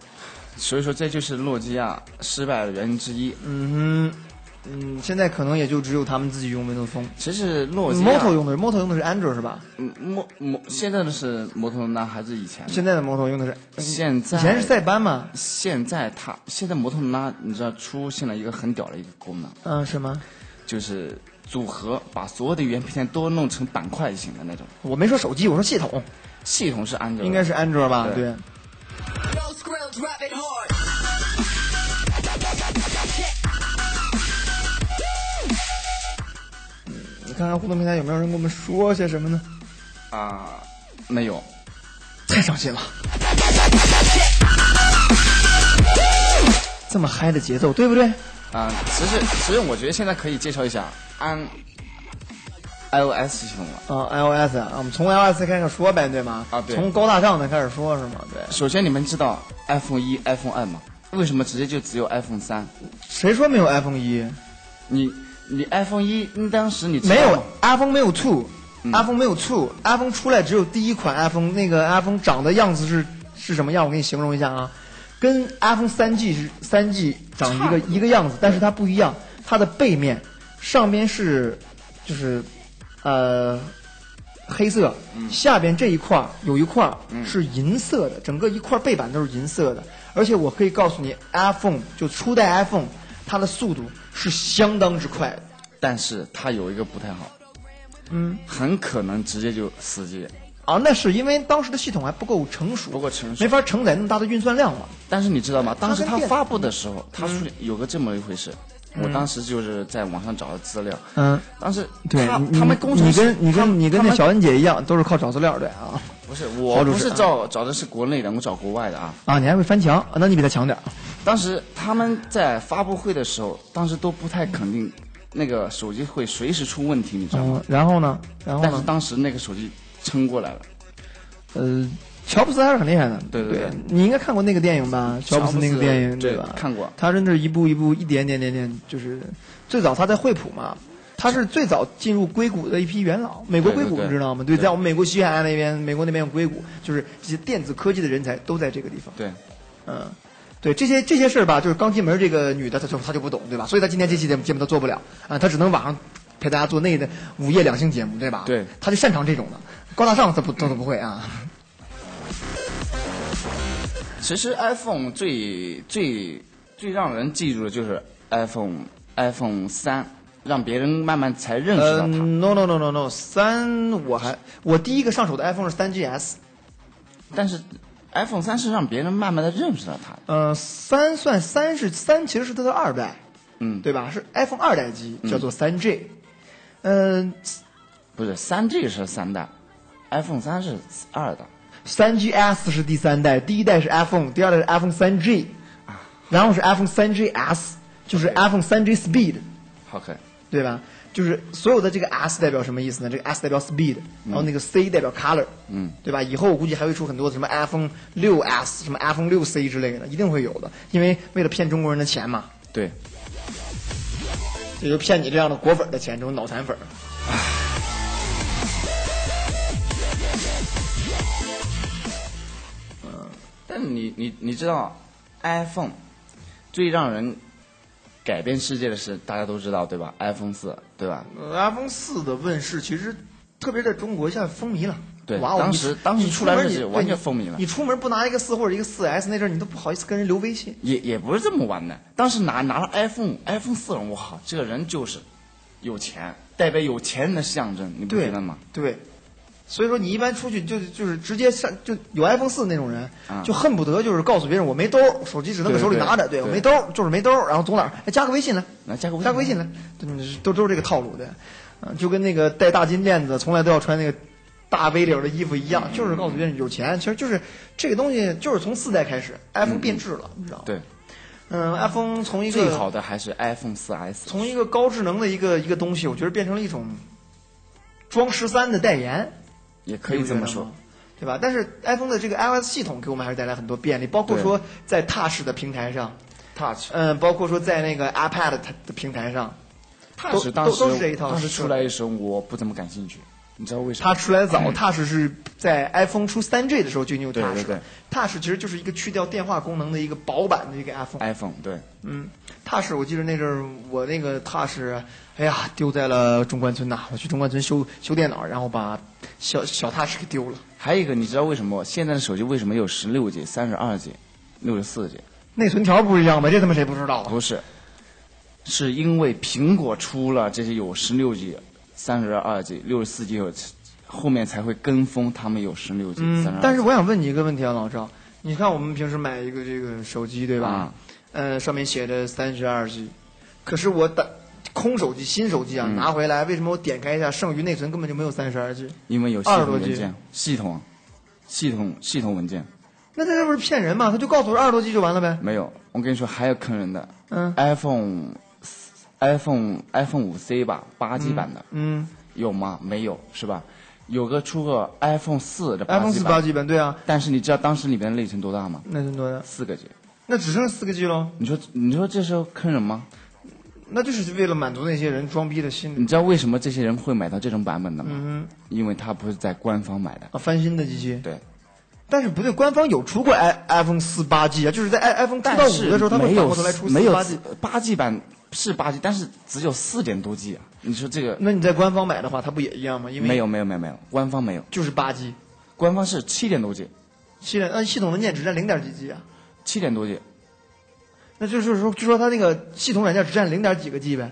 [SPEAKER 9] 所以说这就是诺基亚失败的原因之一。
[SPEAKER 8] 嗯哼。嗯，现在可能也就只有他们自己用 Windows Phone。
[SPEAKER 9] 其实诺基亚
[SPEAKER 8] Moto 用的是 Moto 用的是 Android 是吧？
[SPEAKER 9] 嗯摩摩现在的是摩托罗拉还是以前的？
[SPEAKER 8] 现在的 Moto 用的是
[SPEAKER 9] 现在
[SPEAKER 8] 以前是塞班嘛？
[SPEAKER 9] 现在它现在摩托罗拉你知道出现了一个很屌的一个功能，
[SPEAKER 8] 嗯，什么？
[SPEAKER 9] 就是组合把所有的原片都弄成板块型的那种。
[SPEAKER 8] 我没说手机，我说系统，
[SPEAKER 9] 系统是安卓的，
[SPEAKER 8] 应该是安卓吧？
[SPEAKER 9] 对
[SPEAKER 8] 对。嗯你看看互动平台有没有人跟我们说些什么呢？
[SPEAKER 9] 啊，没有。
[SPEAKER 8] 太伤心了！这么嗨的节奏，对不对？
[SPEAKER 9] 啊、其实其实我觉得现在可以介绍一下安 iOS 系统了。
[SPEAKER 8] 啊、i o s 啊，我们从 iOS 开始说呗，对吗？
[SPEAKER 9] 啊对
[SPEAKER 8] 从高大上的开始说，是吗？对。
[SPEAKER 9] 首先，你们知道 iPhone 一、iPhone 二吗？为什么直接就只有 iPhone 三？
[SPEAKER 8] 谁说没有 iPhone 一？
[SPEAKER 9] 你你 iPhone 一，嗯当时你知道
[SPEAKER 8] 没有
[SPEAKER 9] 吗
[SPEAKER 8] iPhone 没有 Two，iPhone 没有 Two，iPhone 出来只有第一款 iPhone，那个 iPhone 长的样子是是什么样？我给你形容一下啊，跟 iPhone 三 G 是三 G 长一个一个样子，但是它不一样，它的背面上边是就是呃黑色，下边这一块儿有一块儿是银色的，整个一块背板都是银色的。而且我可以告诉你，iPhone 就初代 iPhone，它的速度是相当之快的。
[SPEAKER 9] 但是它有一个不太好，
[SPEAKER 8] 嗯，
[SPEAKER 9] 很可能直接就死机。
[SPEAKER 8] 啊，那是因为当时的系统还不够成熟，
[SPEAKER 9] 不够成熟
[SPEAKER 8] 没法承载那么大的运算量嘛。
[SPEAKER 9] 但是你知道吗？当时
[SPEAKER 8] 它
[SPEAKER 9] 它
[SPEAKER 8] 跟电嗯
[SPEAKER 9] 发布的时候，它出有个这么一回事。我当时就是在网上找的资料，
[SPEAKER 8] 嗯，
[SPEAKER 9] 当时
[SPEAKER 8] 对，
[SPEAKER 9] 他
[SPEAKER 8] 你
[SPEAKER 9] 他们工程
[SPEAKER 8] 你
[SPEAKER 9] 师
[SPEAKER 8] 跟你
[SPEAKER 9] 他们
[SPEAKER 8] 跟你跟
[SPEAKER 9] 他
[SPEAKER 8] 那
[SPEAKER 9] 们
[SPEAKER 8] 小恩姐一样，都是靠找资料的啊
[SPEAKER 9] 不是
[SPEAKER 8] 好
[SPEAKER 9] 我
[SPEAKER 8] 主
[SPEAKER 9] 不
[SPEAKER 8] 持
[SPEAKER 9] 是
[SPEAKER 8] 啊
[SPEAKER 9] 找找的是国内的，我找国外的啊。
[SPEAKER 8] 啊！你还会翻墙，啊那你比他强点儿。
[SPEAKER 9] 当时他们在发布会的时候，当时都不太肯定那个手机会随时出问题，你知道吗？
[SPEAKER 8] 嗯，然后呢？然后
[SPEAKER 9] 但是
[SPEAKER 8] 呢？
[SPEAKER 9] 当时那个手机撑过来了，
[SPEAKER 8] 呃，乔布斯还是很厉害的。
[SPEAKER 9] 对
[SPEAKER 8] 对
[SPEAKER 9] 对对
[SPEAKER 8] 你应该看过那个电影吧？乔布斯那个电影
[SPEAKER 9] 对
[SPEAKER 8] 吧？
[SPEAKER 9] 看过
[SPEAKER 8] 他真的是一步一步，一点点点点，就是最早他在惠普嘛。他是最早进入硅谷的一批元老，美国
[SPEAKER 9] 对
[SPEAKER 8] 硅
[SPEAKER 9] 对
[SPEAKER 8] 谷
[SPEAKER 9] 对
[SPEAKER 8] 你知道吗？
[SPEAKER 9] 对
[SPEAKER 8] 在我们美国西海岸那边，美国那边有硅谷，就是这些电子科技的人才都在这个地方。
[SPEAKER 9] 对，
[SPEAKER 8] 嗯，对这些这些事儿吧，就是刚进门这个女的，她就她就不懂，对吧？所以她今天这期节目节目她做不了啊，她只能晚上陪大家做那的午夜两性节目，对吧？
[SPEAKER 9] 对嗯
[SPEAKER 8] 她就擅长这种的，高大上她不她都不会啊。
[SPEAKER 9] 其实 iPhone 最最最让人记住的就是 iPhone iPhone 三，让别人慢慢才认识到
[SPEAKER 8] 呃
[SPEAKER 9] 它。
[SPEAKER 8] ，no no no no no，三我还我第一个上手的 iPhone 是三 GS，
[SPEAKER 9] 但是 iPhone 三是让别人慢慢的认识到它。
[SPEAKER 8] 呃，三算三是三其实是它的二代，
[SPEAKER 9] 嗯，
[SPEAKER 8] 对吧？是 iPhone 二代机，叫做三 G，嗯，
[SPEAKER 9] 不是三 G 是三代，iPhone 三是二代。
[SPEAKER 8] 三 GS 是第三代，第一代是 iPhone，第二代是 iPhone 三 G，然后是 iPhone 三 GS，就是 iPhone 三 G Speed，
[SPEAKER 9] 好可以，
[SPEAKER 8] 对吧？就是所有的这个 S 代表什么意思呢？这个 S 代表 speed，然后那个 C 代表 color，
[SPEAKER 9] 嗯，
[SPEAKER 8] 对吧？以后我估计还会出很多什么 iPhone 六 S、什么 iPhone 六 C 之类的，一定会有的，因为为了骗中国人的钱嘛，
[SPEAKER 9] 对，
[SPEAKER 8] 也就骗你这样的果粉的钱，这种脑残粉。
[SPEAKER 9] 但你你你知道，iPhone 最让人改变世界的是，大家都知道对吧？iPhone 四对吧？
[SPEAKER 8] iPhone 呃四的问世其实特别在中国一下风靡了。
[SPEAKER 9] 对
[SPEAKER 8] 哇哦
[SPEAKER 9] 当
[SPEAKER 8] 你
[SPEAKER 9] 时当时
[SPEAKER 8] 你
[SPEAKER 9] 出来
[SPEAKER 8] 门
[SPEAKER 9] 日
[SPEAKER 8] 你
[SPEAKER 9] 子
[SPEAKER 8] 对
[SPEAKER 9] 完全
[SPEAKER 8] 你
[SPEAKER 9] 风靡了
[SPEAKER 8] 你出门不拿一个四或者一个四 S，那阵儿你都不好意思跟人留微信。
[SPEAKER 9] 也也不是这么玩的。当时拿拿了 iPhone iPhone 四，我靠，这个人就是有钱，代表有钱人的象征，你不
[SPEAKER 8] 对
[SPEAKER 9] 觉得吗？
[SPEAKER 8] 对，所以说你一般出去就就是直接上就有 iPhone 四那种人，
[SPEAKER 9] 啊
[SPEAKER 8] 就恨不得就是告诉别人我没兜儿，手机只能搁手里
[SPEAKER 9] 对对
[SPEAKER 8] 拿着，
[SPEAKER 9] 对
[SPEAKER 8] 我没兜儿就是没兜儿，然后走哪儿哎加个微信来，
[SPEAKER 9] 来加个微信
[SPEAKER 8] 加个微信来，就是都都是这个套路的，啊，就跟那个戴大金链子从来都要穿那个。大 V 领的衣服一样，
[SPEAKER 9] 嗯
[SPEAKER 8] 就是告诉别人有钱。其实就是这个东西，就是从四代开始，iPhone 变质了，你知道吗？
[SPEAKER 9] 嗯对，
[SPEAKER 8] 嗯，iPhone 从一个
[SPEAKER 9] 最好的还是 iPhone 四 S。
[SPEAKER 8] 从一个高智能的一个一个东西，我觉得变成了一种装十三的代言，
[SPEAKER 9] 也可以这么说，
[SPEAKER 8] 对吧？但是 iPhone 的这个 iOS 系统给我们还是带来很多便利，包括
[SPEAKER 9] 对
[SPEAKER 8] 说在 Touch 的平台上，
[SPEAKER 9] Touch
[SPEAKER 8] 嗯，包括说在那个 iPad 的平台上
[SPEAKER 9] 当时
[SPEAKER 8] 都
[SPEAKER 9] 当时
[SPEAKER 8] 都都是这一套
[SPEAKER 9] 当时
[SPEAKER 8] 是
[SPEAKER 9] 出来的时候我不怎么感兴趣，你知道为什么？
[SPEAKER 8] 它出来 早、t o u c h 是在 iPhone 出3 G 的时候就已经有 Touch
[SPEAKER 9] 对
[SPEAKER 8] 了
[SPEAKER 9] 对对
[SPEAKER 8] Touch 其实就是一个去掉电话功能的一个薄版的一个 iPhone。
[SPEAKER 9] iPhone 对，
[SPEAKER 8] 嗯，Touch 我记得那阵儿我那个 Touch，哎呀丢在了中关村呐、我去中关村修修电脑，然后把小小 Touch 给丢了。
[SPEAKER 9] 还有一个你知道为什么现在的手机为什么有十六 G、三十二 G、六十四 G？
[SPEAKER 8] 内存条不一样吗？这他妈谁不知道啊？
[SPEAKER 9] 不是，是因为苹果出了这些有十六 G、三十二 G、六十四 G 有，后面才会跟风，他们有十六 G、三十
[SPEAKER 8] 嗯
[SPEAKER 9] 二。，
[SPEAKER 8] 但是我想问你一个问题啊，老赵，你看我们平时买一个这个手机对吧？
[SPEAKER 9] 啊
[SPEAKER 8] 呃，上面写着三十二 G，可是我打空手机、新手机啊、
[SPEAKER 9] 嗯
[SPEAKER 8] 拿回来，为什么我点开一下，剩余内存根本就没有三十二 G？
[SPEAKER 9] 因为有系
[SPEAKER 8] 二十
[SPEAKER 9] 统
[SPEAKER 8] 多 G
[SPEAKER 9] 文件、系统、系统、系统文件
[SPEAKER 8] 那他这不是骗人吗？他就告诉我二十多 G 就完了呗。
[SPEAKER 9] 没有。我跟你说，还有坑人的。
[SPEAKER 8] 嗯
[SPEAKER 9] iPhone iPhone iPhone 五 C 吧，八 G 版的、
[SPEAKER 8] 嗯
[SPEAKER 9] 有吗？没有是吧？有个出个 iPhone 四的
[SPEAKER 8] ，iPhone 四
[SPEAKER 9] 4
[SPEAKER 8] 八
[SPEAKER 9] 版，
[SPEAKER 8] G 版对啊，
[SPEAKER 9] 但是你知道当时里面的内存多大吗？
[SPEAKER 8] 内存多大？
[SPEAKER 9] 四个 G。
[SPEAKER 8] 那只剩四个 G 喽，
[SPEAKER 9] 你说你说这时候坑人吗？
[SPEAKER 8] 那就是为了满足那些人装逼的心理
[SPEAKER 9] 你。知道为什么这些人会买到这种版本的吗？
[SPEAKER 8] 嗯
[SPEAKER 9] 因为他不是在官方买的
[SPEAKER 8] 哼，。啊，翻新的机器。
[SPEAKER 9] 对，
[SPEAKER 8] 但是不对，官方有出过 i iPhone 四八 G 啊，就是在 i iPhone 出到五的时候，他会反
[SPEAKER 9] 没有
[SPEAKER 8] 过头来出
[SPEAKER 9] 没
[SPEAKER 8] 四
[SPEAKER 9] 有
[SPEAKER 8] 八 G。
[SPEAKER 9] 八 G 版是八 G，但是只有四点多 G 啊！你说这个
[SPEAKER 8] 那你在官方买的话，它不也一样吗？因为
[SPEAKER 9] 没有没有没有没有，官方没有，
[SPEAKER 8] 就是八 G，
[SPEAKER 9] 官方是七点多 G，
[SPEAKER 8] 系列按系统文件只占零点几 G 啊，
[SPEAKER 9] 七点多 G，
[SPEAKER 8] 那就是说，就说它那个系统软件只占零点几个 G 呗。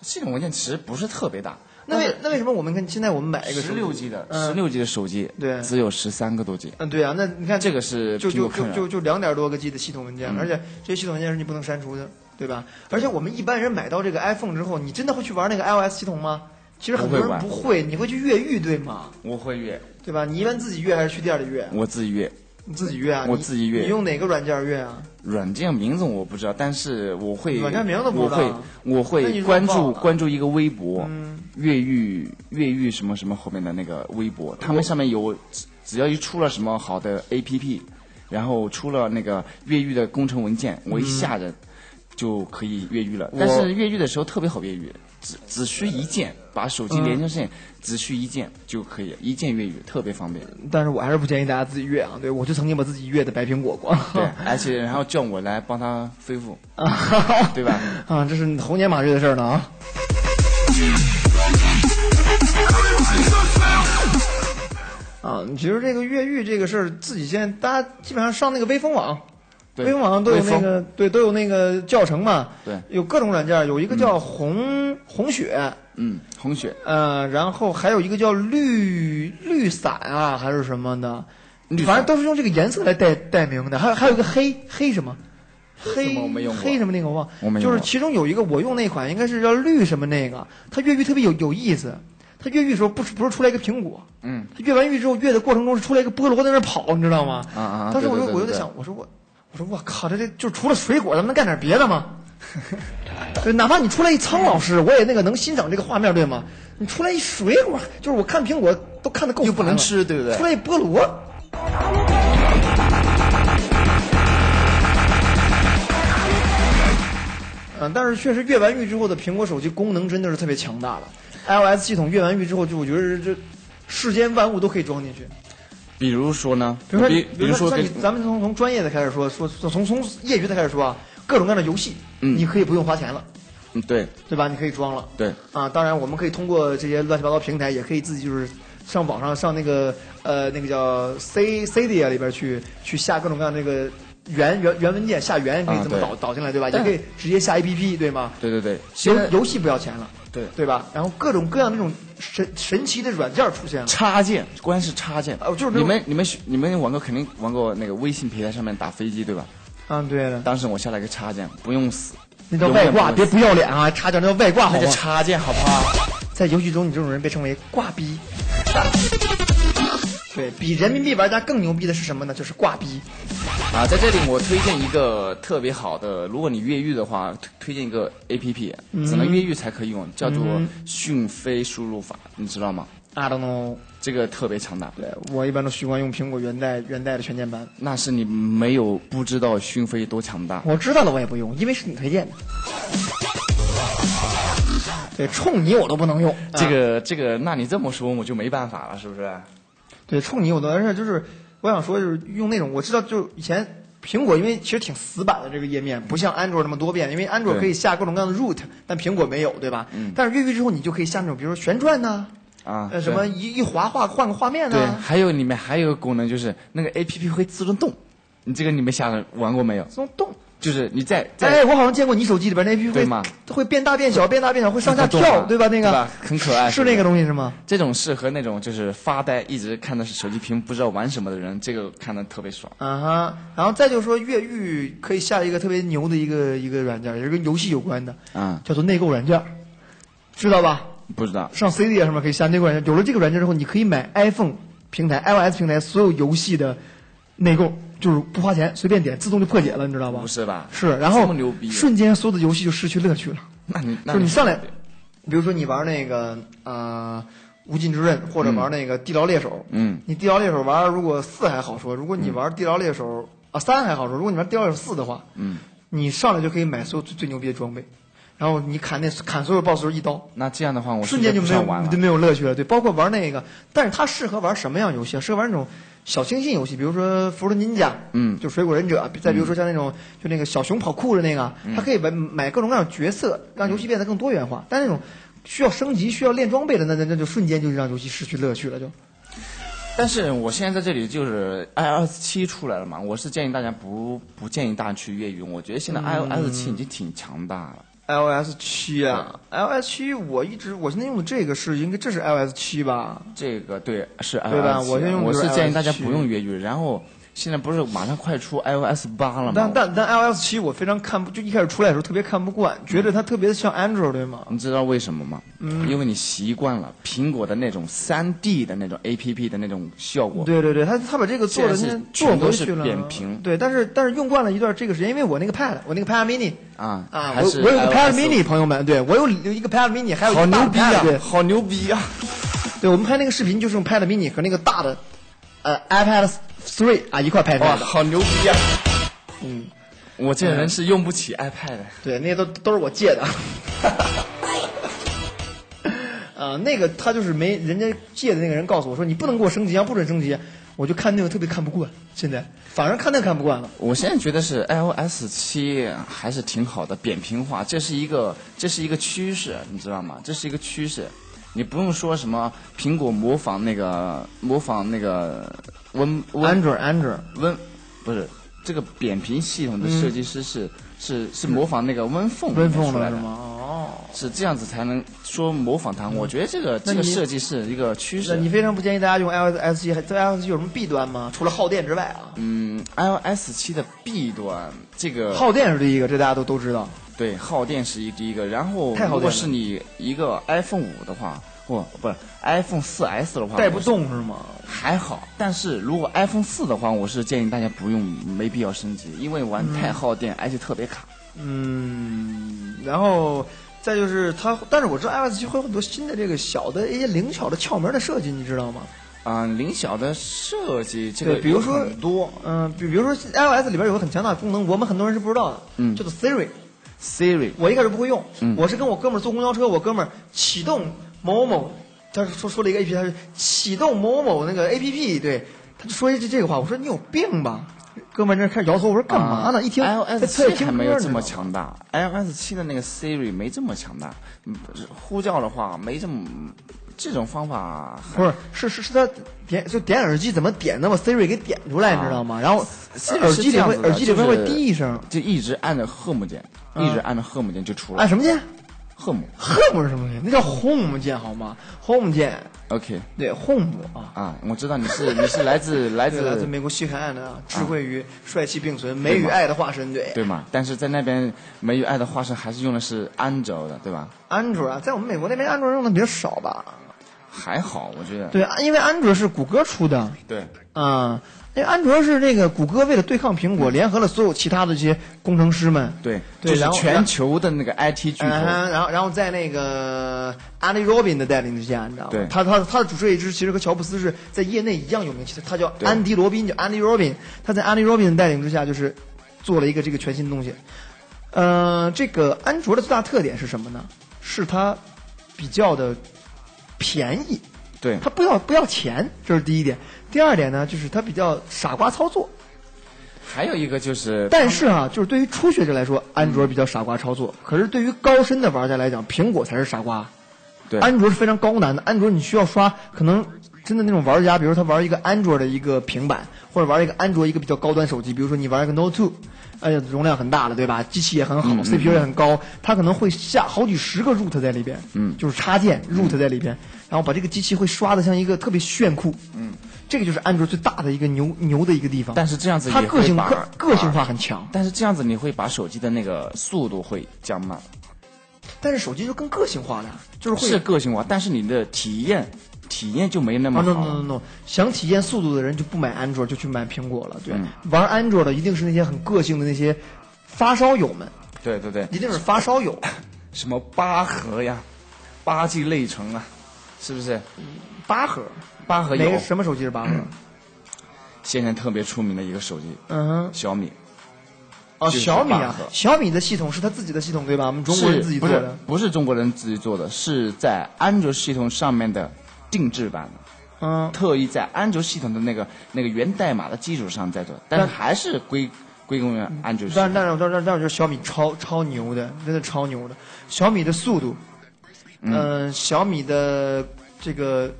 [SPEAKER 9] 系统文件其实不是特别大。
[SPEAKER 8] 那为那为什么我们看现在我们买一个
[SPEAKER 9] 十
[SPEAKER 8] 手
[SPEAKER 9] 六
[SPEAKER 8] 机
[SPEAKER 9] G 的
[SPEAKER 8] 嗯
[SPEAKER 9] 十六 G 的手机，
[SPEAKER 8] 对
[SPEAKER 9] 只有十三个多 G，
[SPEAKER 8] 嗯，对啊，那你看
[SPEAKER 9] 这个是
[SPEAKER 8] 就
[SPEAKER 9] 苹
[SPEAKER 8] 就
[SPEAKER 9] 果坑
[SPEAKER 8] 就
[SPEAKER 9] 人
[SPEAKER 8] 就就两点多个 G 的系统文件了，
[SPEAKER 9] 嗯
[SPEAKER 8] 而且这些系统文件是你不能删除的，对吧？而且我们一般人买到这个 iPhone 之后，你真的会去玩那个 iOS 系统吗？其实很多
[SPEAKER 9] 不
[SPEAKER 8] 人
[SPEAKER 9] 会玩
[SPEAKER 8] 不会，你会去越狱对吗？
[SPEAKER 9] 我会越，
[SPEAKER 8] 对吧？你一般自己越还是去店里越？
[SPEAKER 9] 我自己越。
[SPEAKER 8] 你自己越啊？
[SPEAKER 9] 我
[SPEAKER 8] 你
[SPEAKER 9] 自己越
[SPEAKER 8] 你用哪个软件越啊？
[SPEAKER 9] 软件名字我不知道，但是我会
[SPEAKER 8] 软件名都不
[SPEAKER 9] 我
[SPEAKER 8] 知道
[SPEAKER 9] 会
[SPEAKER 8] 啊
[SPEAKER 9] 我
[SPEAKER 8] 那你
[SPEAKER 9] 会
[SPEAKER 8] 弱
[SPEAKER 9] 关
[SPEAKER 8] 爆
[SPEAKER 9] 注
[SPEAKER 8] 了
[SPEAKER 9] 关注一个微博，
[SPEAKER 8] 嗯
[SPEAKER 9] 越狱越狱什么什么后面的那个微博，他们上面有只只要一出了什么好的 APP，然后出了那个越狱的工程文件，我一下着就可以越狱了。
[SPEAKER 8] 嗯我
[SPEAKER 9] 但是越狱的时候特别好越狱，只只需一键，把手
[SPEAKER 8] 嗯
[SPEAKER 9] 机连上线，只需一键就可以，一键越狱特别方便。
[SPEAKER 8] 但是我还是不建议大家自己越啊。对，我就曾经把自己越的白苹果过。
[SPEAKER 9] 对，而且然后叫我来帮他恢复，
[SPEAKER 8] 啊，
[SPEAKER 9] 对吧？
[SPEAKER 8] 啊，这是猴年马月的事儿呢啊。啊，其实这个越狱这个事儿，自己现在大家基本上上那个微风网，
[SPEAKER 9] 对
[SPEAKER 8] 微风网上都有那
[SPEAKER 9] 微
[SPEAKER 8] 个对都有那个教程嘛，
[SPEAKER 9] 对，
[SPEAKER 8] 有各种软件，有一个叫红、红雪，
[SPEAKER 9] 嗯，红雪，
[SPEAKER 8] 呃，然后还有一个叫绿绿伞啊，还是什么的，
[SPEAKER 9] 伞
[SPEAKER 8] 反正都是用这个颜色来代代名的，还有还有一个黑黑什么。黑
[SPEAKER 9] 么我没用过
[SPEAKER 8] 黑什么那个我忘了，
[SPEAKER 9] 我没用
[SPEAKER 8] 就
[SPEAKER 9] 过
[SPEAKER 8] 是其中有一个我用那款应该是叫绿什么那个，它越狱特别有有意思，它越狱的时候不是不是出来一个苹果，
[SPEAKER 9] 嗯，
[SPEAKER 8] 他越完狱之后，越的过程中是出来一个菠萝在那儿跑，你知道吗？
[SPEAKER 9] 啊啊！
[SPEAKER 8] 当时我就
[SPEAKER 9] 对
[SPEAKER 8] 我就在想，，我说我我说我靠，这这就除了水果，咱们能干点别的吗？对，呃哪怕你出来一苍老师，我也那个能欣赏这个画面，对吗？你出来一水果，就是我看苹果都看得够，又不
[SPEAKER 9] 能吃对不对
[SPEAKER 8] 出来一菠萝，嗯，但是确实越完狱之后的苹果手机功能真的是特别强大了。iOS 系统越完狱之后，就我觉得是这世间万物都可以装进去。
[SPEAKER 9] 比如说呢，
[SPEAKER 8] 比如说，
[SPEAKER 9] 比
[SPEAKER 8] 比如说
[SPEAKER 9] 说
[SPEAKER 8] 像
[SPEAKER 9] 给
[SPEAKER 8] 你，咱们从从专业的开始说，说从从从业余的开始说啊，各种各样的游戏，你可以不用花钱了，
[SPEAKER 9] 嗯，对
[SPEAKER 8] 对吧？你可以装了
[SPEAKER 9] 对，
[SPEAKER 8] 啊。当然，我们可以通过这些乱七八糟平台，也可以自己就是上网上上那个呃那个叫 C C D 啊里边去去下各种各样那个原原原文件，下原可以
[SPEAKER 9] 啊
[SPEAKER 8] 这么
[SPEAKER 9] 对
[SPEAKER 8] 导导进来，对吧？
[SPEAKER 9] 对
[SPEAKER 8] 也可以直接下 A P P，对吗？
[SPEAKER 9] 对对对，现
[SPEAKER 8] 游
[SPEAKER 9] 在
[SPEAKER 8] 游戏不要钱了，
[SPEAKER 9] 对
[SPEAKER 8] 对吧？然后各种各样那种神神奇的软件出现了，
[SPEAKER 9] 插件，关键是插件，
[SPEAKER 8] 哦就是那种
[SPEAKER 9] 你们你们你们玩过肯定玩过那个微信平台上面打飞机对吧？
[SPEAKER 8] 啊，对了，
[SPEAKER 9] 当时我下了一个插件，不用死，
[SPEAKER 8] 那叫外挂，
[SPEAKER 9] 永远
[SPEAKER 8] 别
[SPEAKER 9] 不
[SPEAKER 8] 不要脸啊！插件那叫外挂，好
[SPEAKER 9] 那叫
[SPEAKER 8] 吗？
[SPEAKER 9] 插件好不好？
[SPEAKER 8] 在游戏中，你这种人被称为挂逼。
[SPEAKER 9] 啊
[SPEAKER 8] 对比人民币玩家更牛逼的是什么呢？就是挂逼。
[SPEAKER 9] 啊，在这里我推荐一个特别好的，如果你越狱的话，推推荐一个 A P P，
[SPEAKER 8] 嗯
[SPEAKER 9] 只能越狱才可以用，叫做
[SPEAKER 8] 嗯
[SPEAKER 9] 讯飞输入法，你知道吗？
[SPEAKER 8] I don't know，
[SPEAKER 9] 这个特别强大，对，
[SPEAKER 8] 我一般都习惯用苹果原带原带的全键盘。
[SPEAKER 9] 那是你没有不知道讯飞多强大。
[SPEAKER 8] 我知道了，我也不用，因为是你推荐的。对，冲你我都不能用。
[SPEAKER 9] 这
[SPEAKER 8] 啊、
[SPEAKER 9] 个这个，那你这么说我就没办法了，是不是？
[SPEAKER 8] 对，冲你我都，而且就是我想说，就是用那种我知道，就是以前苹果因为其实挺死板的这个页面，不像安卓那么多变，因为安卓
[SPEAKER 9] 对
[SPEAKER 8] 可以下各种各样的 root，但苹果没有，对吧？
[SPEAKER 9] 嗯
[SPEAKER 8] 但是越狱之后，你就可以下那种，比如说旋转呐、
[SPEAKER 9] 啊，
[SPEAKER 8] 呃，什么
[SPEAKER 9] 对？
[SPEAKER 8] 一一划划换个画面
[SPEAKER 9] 对，
[SPEAKER 8] 呢？
[SPEAKER 9] 还有里面还有一个功能就是那个 A P P 会自动动，你这个你们想玩过没有？
[SPEAKER 8] 自动动。
[SPEAKER 9] 就是你在在
[SPEAKER 8] 哎，我好像见过你手机里边那 APP
[SPEAKER 9] 对吗
[SPEAKER 8] 会会变大变小，变大变小，会上下
[SPEAKER 9] 自动
[SPEAKER 8] 跳，
[SPEAKER 9] 嘛
[SPEAKER 8] 对吧？那
[SPEAKER 9] 对
[SPEAKER 8] 个
[SPEAKER 9] 吧很可爱
[SPEAKER 8] 是那
[SPEAKER 9] 是
[SPEAKER 8] 个
[SPEAKER 9] 的
[SPEAKER 8] 东西是吗？
[SPEAKER 9] 这种是和那种就是发呆一直看的是手机屏幕不知道玩什么的人，这个看的特别爽。
[SPEAKER 8] 啊哈，然后再就是说越狱可以下一个特别牛的一个一个软件，也是跟游戏有关的，
[SPEAKER 9] 啊、
[SPEAKER 8] 叫做内购软件，知道吧？
[SPEAKER 9] 不知道
[SPEAKER 8] 上 CD 啊上面可以下内购软件，有了这个软件之后，你可以买 iPhone 平台、iOS 平台所有游戏的内购，就是不花钱，随便点，自动就破解了，你知道吧
[SPEAKER 9] 不？是吧？
[SPEAKER 8] 是，然
[SPEAKER 9] 啊这
[SPEAKER 8] 后
[SPEAKER 9] 么牛逼，
[SPEAKER 8] 瞬间所有的游戏就失去乐趣了。
[SPEAKER 9] 那你那
[SPEAKER 8] 就是你上来，比如说你玩那个呃《无尽之刃》或者玩那个《地牢猎手》，
[SPEAKER 9] 嗯，
[SPEAKER 8] 你《地牢猎手》玩如果四还好说，如果你玩《地牢猎手》啊三还好说，如果你玩《地牢猎手四》的话，
[SPEAKER 9] 嗯，
[SPEAKER 8] 你上来就可以买所有最最牛逼的装备，然后你砍那砍所有 BOSS 时候一刀。
[SPEAKER 9] 那这样的话我
[SPEAKER 8] 瞬间就
[SPEAKER 9] 不
[SPEAKER 8] 没
[SPEAKER 9] 想玩
[SPEAKER 8] 有
[SPEAKER 9] 了
[SPEAKER 8] 就。没有乐趣了，对，包括玩那个，但是它适合玩什么样游戏啊？适合玩那种小清新游戏，比如说《福伦ninja》，
[SPEAKER 9] 嗯
[SPEAKER 8] 就水果忍者，再比如说像那种、就那个小熊跑酷的那个，它可以买买各种各样的角色，让游戏变得更多元化。但那种需要升级、需要练装备的，那那那就瞬间就让游戏失去乐趣了，就。
[SPEAKER 9] 但是我现在在这里就是 iOS 七出来了嘛，我是建议大家不不建议大家去越狱，我觉得现在
[SPEAKER 8] 嗯
[SPEAKER 9] iOS 七已经挺强大了。
[SPEAKER 8] iOS 七啊，iOS 七，我一直我现在用的这个是应该这是 iOS 七吧？
[SPEAKER 9] 这个对是 iOS，
[SPEAKER 8] 对吧我
[SPEAKER 9] 我
[SPEAKER 8] 就用
[SPEAKER 9] 我
[SPEAKER 8] 就是是
[SPEAKER 9] 建议大家
[SPEAKER 8] iOS
[SPEAKER 9] 不用越狱。然后现在不是马上快出 iOS 八了
[SPEAKER 8] 但
[SPEAKER 9] 吗？
[SPEAKER 8] 但但 iOS 七我非常看不，就一开始出来的时候特别看不惯，觉得它特别像 Android 对吗？
[SPEAKER 9] 你知道为什么吗？
[SPEAKER 8] 嗯
[SPEAKER 9] 因为你习惯了苹果的那种三 D 的那种 APP 的那种效果。
[SPEAKER 8] 对对对，他他把这个做的
[SPEAKER 9] 现在是
[SPEAKER 8] 做
[SPEAKER 9] 全
[SPEAKER 8] 回
[SPEAKER 9] 都是
[SPEAKER 8] 去了，啊
[SPEAKER 9] 扁平
[SPEAKER 8] 对，但是但是用惯了一段这个时间，因为我那个 Pad，我那个 Pad mini
[SPEAKER 9] 啊
[SPEAKER 8] 啊，
[SPEAKER 9] 还
[SPEAKER 8] 我
[SPEAKER 9] 是
[SPEAKER 8] 我有个 Pad
[SPEAKER 9] iOS
[SPEAKER 8] mini，朋友们，对我有有一个 Pad mini，还有一
[SPEAKER 9] 好
[SPEAKER 8] 个大
[SPEAKER 9] 牛
[SPEAKER 8] 的
[SPEAKER 9] 逼
[SPEAKER 8] Pad，
[SPEAKER 9] 啊
[SPEAKER 8] 对！
[SPEAKER 9] 好牛逼啊！
[SPEAKER 8] 对，我们拍那个视频就是用 Pad mini 和那个大的呃 iPad Three 啊一块拍出来的，
[SPEAKER 9] 好牛逼啊！
[SPEAKER 8] 嗯，
[SPEAKER 9] 我这人是用不起 iPad 的。
[SPEAKER 8] 对，那些都都是我借 的。啊，那个他就是没人家借的那个人告诉我说你不能给我升级啊，不准升级，我就看那个特别看不惯，现在反而看那个看不惯了。
[SPEAKER 9] 我现在觉得是 iOS 七还是挺好的，扁平化，这是一个这是一个趋势，你知道吗？这是一个趋势。你不用说什么苹果模仿那个模仿那个 Win
[SPEAKER 8] Android Android
[SPEAKER 9] Win 不是这个扁平系统的设计师是、是是模仿那个 Win Phone
[SPEAKER 8] 嗯温
[SPEAKER 9] 出
[SPEAKER 8] 凤
[SPEAKER 9] 来
[SPEAKER 8] 的
[SPEAKER 9] 的
[SPEAKER 8] 是吗？？哦，嗯
[SPEAKER 9] 是这样子才能说模仿它。我觉得这个
[SPEAKER 8] 那
[SPEAKER 9] 这
[SPEAKER 8] 你
[SPEAKER 9] 个设计是一个趋
[SPEAKER 8] 那
[SPEAKER 9] 势。
[SPEAKER 8] 你非常不建议大家用 iOS S 七，对 iOS 七有什么弊端吗？除了耗电之外啊，
[SPEAKER 9] 嗯，iOS 七的弊端，这个
[SPEAKER 8] 耗电是第一个，这大家都都知道。
[SPEAKER 9] 对耗电是一第一个，然后
[SPEAKER 8] 太耗电了
[SPEAKER 9] 如果是你一个 iPhone 五的话，或不是 iPhone 四 S 的话，
[SPEAKER 8] 带不动是吗？
[SPEAKER 9] 还好，但是如果 iPhone 四的话，我是建议大家不用，没必要升级，因为玩
[SPEAKER 8] 嗯
[SPEAKER 9] 太耗电，而且特别卡。
[SPEAKER 8] 嗯，然后再就是它，但是我知道 iOS 七会有很多新的这个小的一些灵巧的窍门的设计，你知道吗？
[SPEAKER 9] 啊、灵巧的设计，这个
[SPEAKER 8] 对，比如说
[SPEAKER 9] 有很多
[SPEAKER 8] 嗯、比比如说 iOS 里边有个很强大的功能，我们很多人是不知道的，
[SPEAKER 9] 嗯
[SPEAKER 8] 叫做 Siri。
[SPEAKER 9] Siri，
[SPEAKER 8] 我一开始不会用，
[SPEAKER 9] 嗯
[SPEAKER 8] 我是跟我哥们儿坐公交车，我哥们儿启动某某某，他说说了一个 A P P，他说启动某某某那个 A P P，对，他就说一句这个话，我说你有病吧，哥们儿那开始摇头，我说干嘛呢？
[SPEAKER 9] 啊
[SPEAKER 8] 一听
[SPEAKER 9] iOS
[SPEAKER 8] 在侧
[SPEAKER 9] 七
[SPEAKER 8] 着听
[SPEAKER 9] 还
[SPEAKER 8] 歌
[SPEAKER 9] 没有这
[SPEAKER 8] 呢
[SPEAKER 9] 么强大，iOS 七的那个 Siri 没这么强大，嗯呼叫的话没这么这种方法
[SPEAKER 8] 不是，是是是他点就点耳机怎么点的把 Siri 给点出来，你知道吗？然后
[SPEAKER 9] 是
[SPEAKER 8] 耳机
[SPEAKER 9] 啊是这
[SPEAKER 8] 里
[SPEAKER 9] 样
[SPEAKER 8] 会
[SPEAKER 9] 子的
[SPEAKER 8] 耳机里边
[SPEAKER 9] 就是
[SPEAKER 8] 会滴一声，
[SPEAKER 9] 就一直按着 home 键，
[SPEAKER 8] 嗯
[SPEAKER 9] 一直按着 home 键就出来。
[SPEAKER 8] 哎按什么键
[SPEAKER 9] ？home。
[SPEAKER 8] ？Home 是什么键？那叫 Home 键好吗？Home 键，
[SPEAKER 9] OK。
[SPEAKER 8] 对 Home 啊。
[SPEAKER 9] 啊，我知道你是你是 来自来自
[SPEAKER 8] 对来自美国西海岸的啊，智慧与帅气并存，
[SPEAKER 9] 对
[SPEAKER 8] 美与
[SPEAKER 9] 嘛
[SPEAKER 8] 爱的化身，对。
[SPEAKER 9] 对嘛？但是在那边没有爱的化身还是用的是安卓的，对吧？
[SPEAKER 8] 安卓啊，在我们美国那边安卓用的比较少吧？
[SPEAKER 9] 还好，我觉得。
[SPEAKER 8] 对，啊因为安卓是谷歌出的，
[SPEAKER 9] 对
[SPEAKER 8] 啊、因为安卓是那个谷歌为了对抗苹果，联合了所有其他的这些工程师们，
[SPEAKER 9] 对
[SPEAKER 8] 对
[SPEAKER 9] 就是
[SPEAKER 8] 然后
[SPEAKER 9] 全球的那个 IT 巨头。
[SPEAKER 8] 嗯，然后然后在那个 Andy Robin 的带领之下，你知道吗
[SPEAKER 9] 对？
[SPEAKER 8] 他他他的主设计师其实和乔布斯是在业内一样有名气的，他叫
[SPEAKER 9] 对
[SPEAKER 8] 安迪罗宾，叫 Andy Robin。他在 Andy Robin 的带领之下，就是做了一个这个全新的东西。呃，这个安卓的最大特点是什么呢？是它比较的便宜，
[SPEAKER 9] 对
[SPEAKER 8] 它不要不要钱，这是第一点。第二点呢，就是它比较傻瓜操作。
[SPEAKER 9] 还有一个就是，
[SPEAKER 8] 但是啊，就是对于初学者来说，安卓比较傻瓜操作；可是对于高深的玩家来讲，苹果才是傻瓜。
[SPEAKER 9] 对
[SPEAKER 8] 安卓是非常高难的，安卓你需要刷，可能真的那种玩家，比如他玩一个安卓的一个平板，或者玩一个安卓一个比较高端手机，比如说你玩一个 Note 2，哎呀，容量很大了，对吧？机器也很好、
[SPEAKER 9] 嗯嗯
[SPEAKER 8] c p u 也很高，它可能会下好几十个 root 在里边，
[SPEAKER 9] 嗯
[SPEAKER 8] 就是插件 root 在里边，然后把这个机器会刷的像一个特别炫酷，
[SPEAKER 9] 嗯，
[SPEAKER 8] 这个就是安卓最大的一个牛牛的一个地方。
[SPEAKER 9] 但是这样子
[SPEAKER 8] 它
[SPEAKER 9] 也
[SPEAKER 8] 个
[SPEAKER 9] 会
[SPEAKER 8] 性
[SPEAKER 9] 把
[SPEAKER 8] 个个性
[SPEAKER 9] 啊
[SPEAKER 8] 化很强。
[SPEAKER 9] 但是这样子你会把手机的那个速度会降慢，
[SPEAKER 8] 但是手机就更个性化了，就是会
[SPEAKER 9] 是个性化，但是你的体验体验就没那
[SPEAKER 8] 啊
[SPEAKER 9] 么
[SPEAKER 8] no
[SPEAKER 9] 嗯好
[SPEAKER 8] no no
[SPEAKER 9] 了。
[SPEAKER 8] no，想体验速度的人就不买安卓，就去买苹果了。对，
[SPEAKER 9] 嗯
[SPEAKER 8] 玩安卓的一定是那些很个性的那些发烧友们，
[SPEAKER 9] 对对对，
[SPEAKER 8] 一定是发烧 友。
[SPEAKER 9] 什么八核呀，八 G 内存啊，是不是？
[SPEAKER 8] 八核，
[SPEAKER 9] 八核
[SPEAKER 8] 哪
[SPEAKER 9] 有嗯
[SPEAKER 8] 个什么手机是八核？
[SPEAKER 9] 现在特别出名的一个手机，
[SPEAKER 8] 嗯哼，
[SPEAKER 9] 小米。
[SPEAKER 8] 哦，
[SPEAKER 9] 就是
[SPEAKER 8] 小米
[SPEAKER 9] 八
[SPEAKER 8] 啊
[SPEAKER 9] 核，
[SPEAKER 8] 小米的系统是他自己的系统对吧？我们中国人
[SPEAKER 9] 是
[SPEAKER 8] 自己
[SPEAKER 9] 不
[SPEAKER 8] 做
[SPEAKER 9] 是
[SPEAKER 8] 的。
[SPEAKER 9] 不是中国人自己做的，是在安卓系统上面的定制版的，
[SPEAKER 8] 嗯，
[SPEAKER 9] 特意在安卓系统的那个那个源代码的基础上在做，但是
[SPEAKER 8] 但嗯
[SPEAKER 9] 还是归归功于安卓系
[SPEAKER 8] 但但但
[SPEAKER 9] 统。
[SPEAKER 8] 但但我觉得小米超超牛的，真的超牛的。小米的速度，嗯、
[SPEAKER 9] 嗯，
[SPEAKER 8] 小米的这个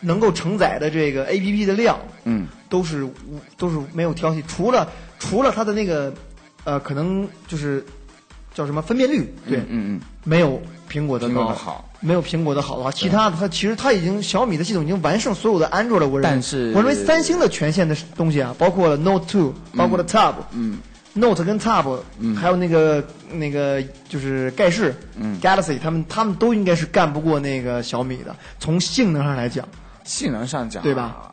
[SPEAKER 8] 能够承载的这个 APP 的量，
[SPEAKER 9] 嗯，
[SPEAKER 8] 都是无都是没有挑剔，除了除了它的那个呃，可能就是叫什么分辨率，对，
[SPEAKER 9] 嗯嗯
[SPEAKER 8] 没有苹果的
[SPEAKER 9] 苹
[SPEAKER 8] 高，
[SPEAKER 9] 果的好
[SPEAKER 8] 没有苹果的好的话，其他的它其实它已经小米的系统已经完胜所有的安卓的，我认为，
[SPEAKER 9] 但是
[SPEAKER 8] 我认为三星的权限的东西啊，包括了 Note Two，包括了 Tab，
[SPEAKER 9] 嗯
[SPEAKER 8] Note 跟 Tab，、还有那个那个就是盖世、
[SPEAKER 9] 嗯
[SPEAKER 8] Galaxy，他们他们都应该是干不过那个小米的。从性能上来讲，
[SPEAKER 9] 性能上讲
[SPEAKER 8] 对吧？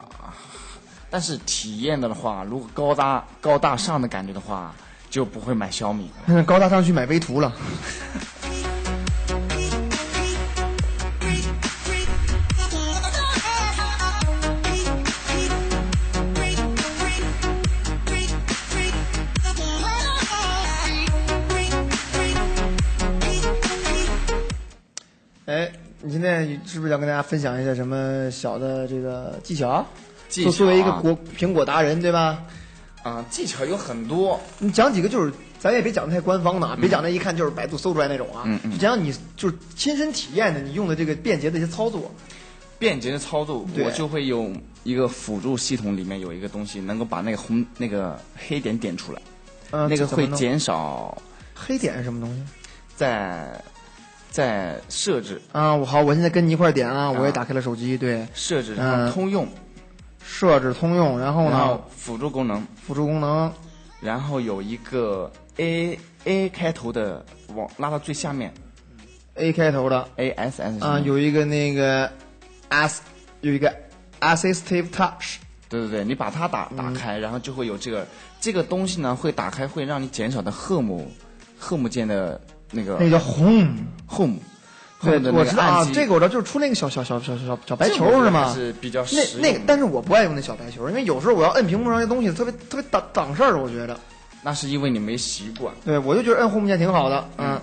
[SPEAKER 9] 但是体验的话，如果高大高大上的感觉的话，就不会买小米了。
[SPEAKER 8] 高大上去买微图了。哎，你现在是不是想跟大家分享一下什么小的这个技巧？
[SPEAKER 9] 技
[SPEAKER 8] 就作为一个
[SPEAKER 9] 巧啊
[SPEAKER 8] 国苹果达人，对吧？
[SPEAKER 9] 啊，技巧有很多。
[SPEAKER 8] 你讲几个就是，咱也别讲得太官方的啊，别讲那一看就是百度搜出来那种啊，就讲讲你就是亲身体验的，你用的这个便捷的一些操作。
[SPEAKER 9] 便捷的操作，
[SPEAKER 8] 对
[SPEAKER 9] 我就会用一个辅助系统，里面有一个东西能够把那个红那个黑点点出来，
[SPEAKER 8] 呃
[SPEAKER 9] 那个
[SPEAKER 8] 怎么
[SPEAKER 9] 会
[SPEAKER 8] 弄
[SPEAKER 9] 减少
[SPEAKER 8] 黑点是什么东西？
[SPEAKER 9] 在在设置
[SPEAKER 8] 啊，我好，我现在跟你一块儿点啊，
[SPEAKER 9] 啊
[SPEAKER 8] 我也打开了手机，对，
[SPEAKER 9] 设置
[SPEAKER 8] 嗯，
[SPEAKER 9] 通用，
[SPEAKER 8] 设置通用，然后
[SPEAKER 9] 然
[SPEAKER 8] 呢
[SPEAKER 9] 后，辅助功能，
[SPEAKER 8] 辅助功能，
[SPEAKER 9] 然后有一个 A A 开头的往拉到最下面
[SPEAKER 8] A 开头的
[SPEAKER 9] A S S
[SPEAKER 8] 啊，有一个那个 ass，有一个 assistive touch，
[SPEAKER 9] 对对对，你把它打
[SPEAKER 8] 嗯
[SPEAKER 9] 打开，然后就会有这个这个东西呢，会打开会让你减少的赫姆赫姆键的那个
[SPEAKER 8] 那个叫 home。
[SPEAKER 9] home。
[SPEAKER 8] 对，
[SPEAKER 9] home 的那
[SPEAKER 8] 我知道
[SPEAKER 9] 按
[SPEAKER 8] 啊
[SPEAKER 9] 击，
[SPEAKER 8] 这个我知道，就是出那个小小小小小小白球
[SPEAKER 9] 这个
[SPEAKER 8] 是吗？
[SPEAKER 9] 是比较实
[SPEAKER 8] 那
[SPEAKER 9] 用
[SPEAKER 8] 那个
[SPEAKER 9] 的，
[SPEAKER 8] 但是我不爱用那小白球，因为有时候我要摁屏幕上那东西特别特别挡挡事儿，我觉得。
[SPEAKER 9] 那是因为你没习惯。
[SPEAKER 8] 对，我就觉得摁 home 键挺好的，嗯，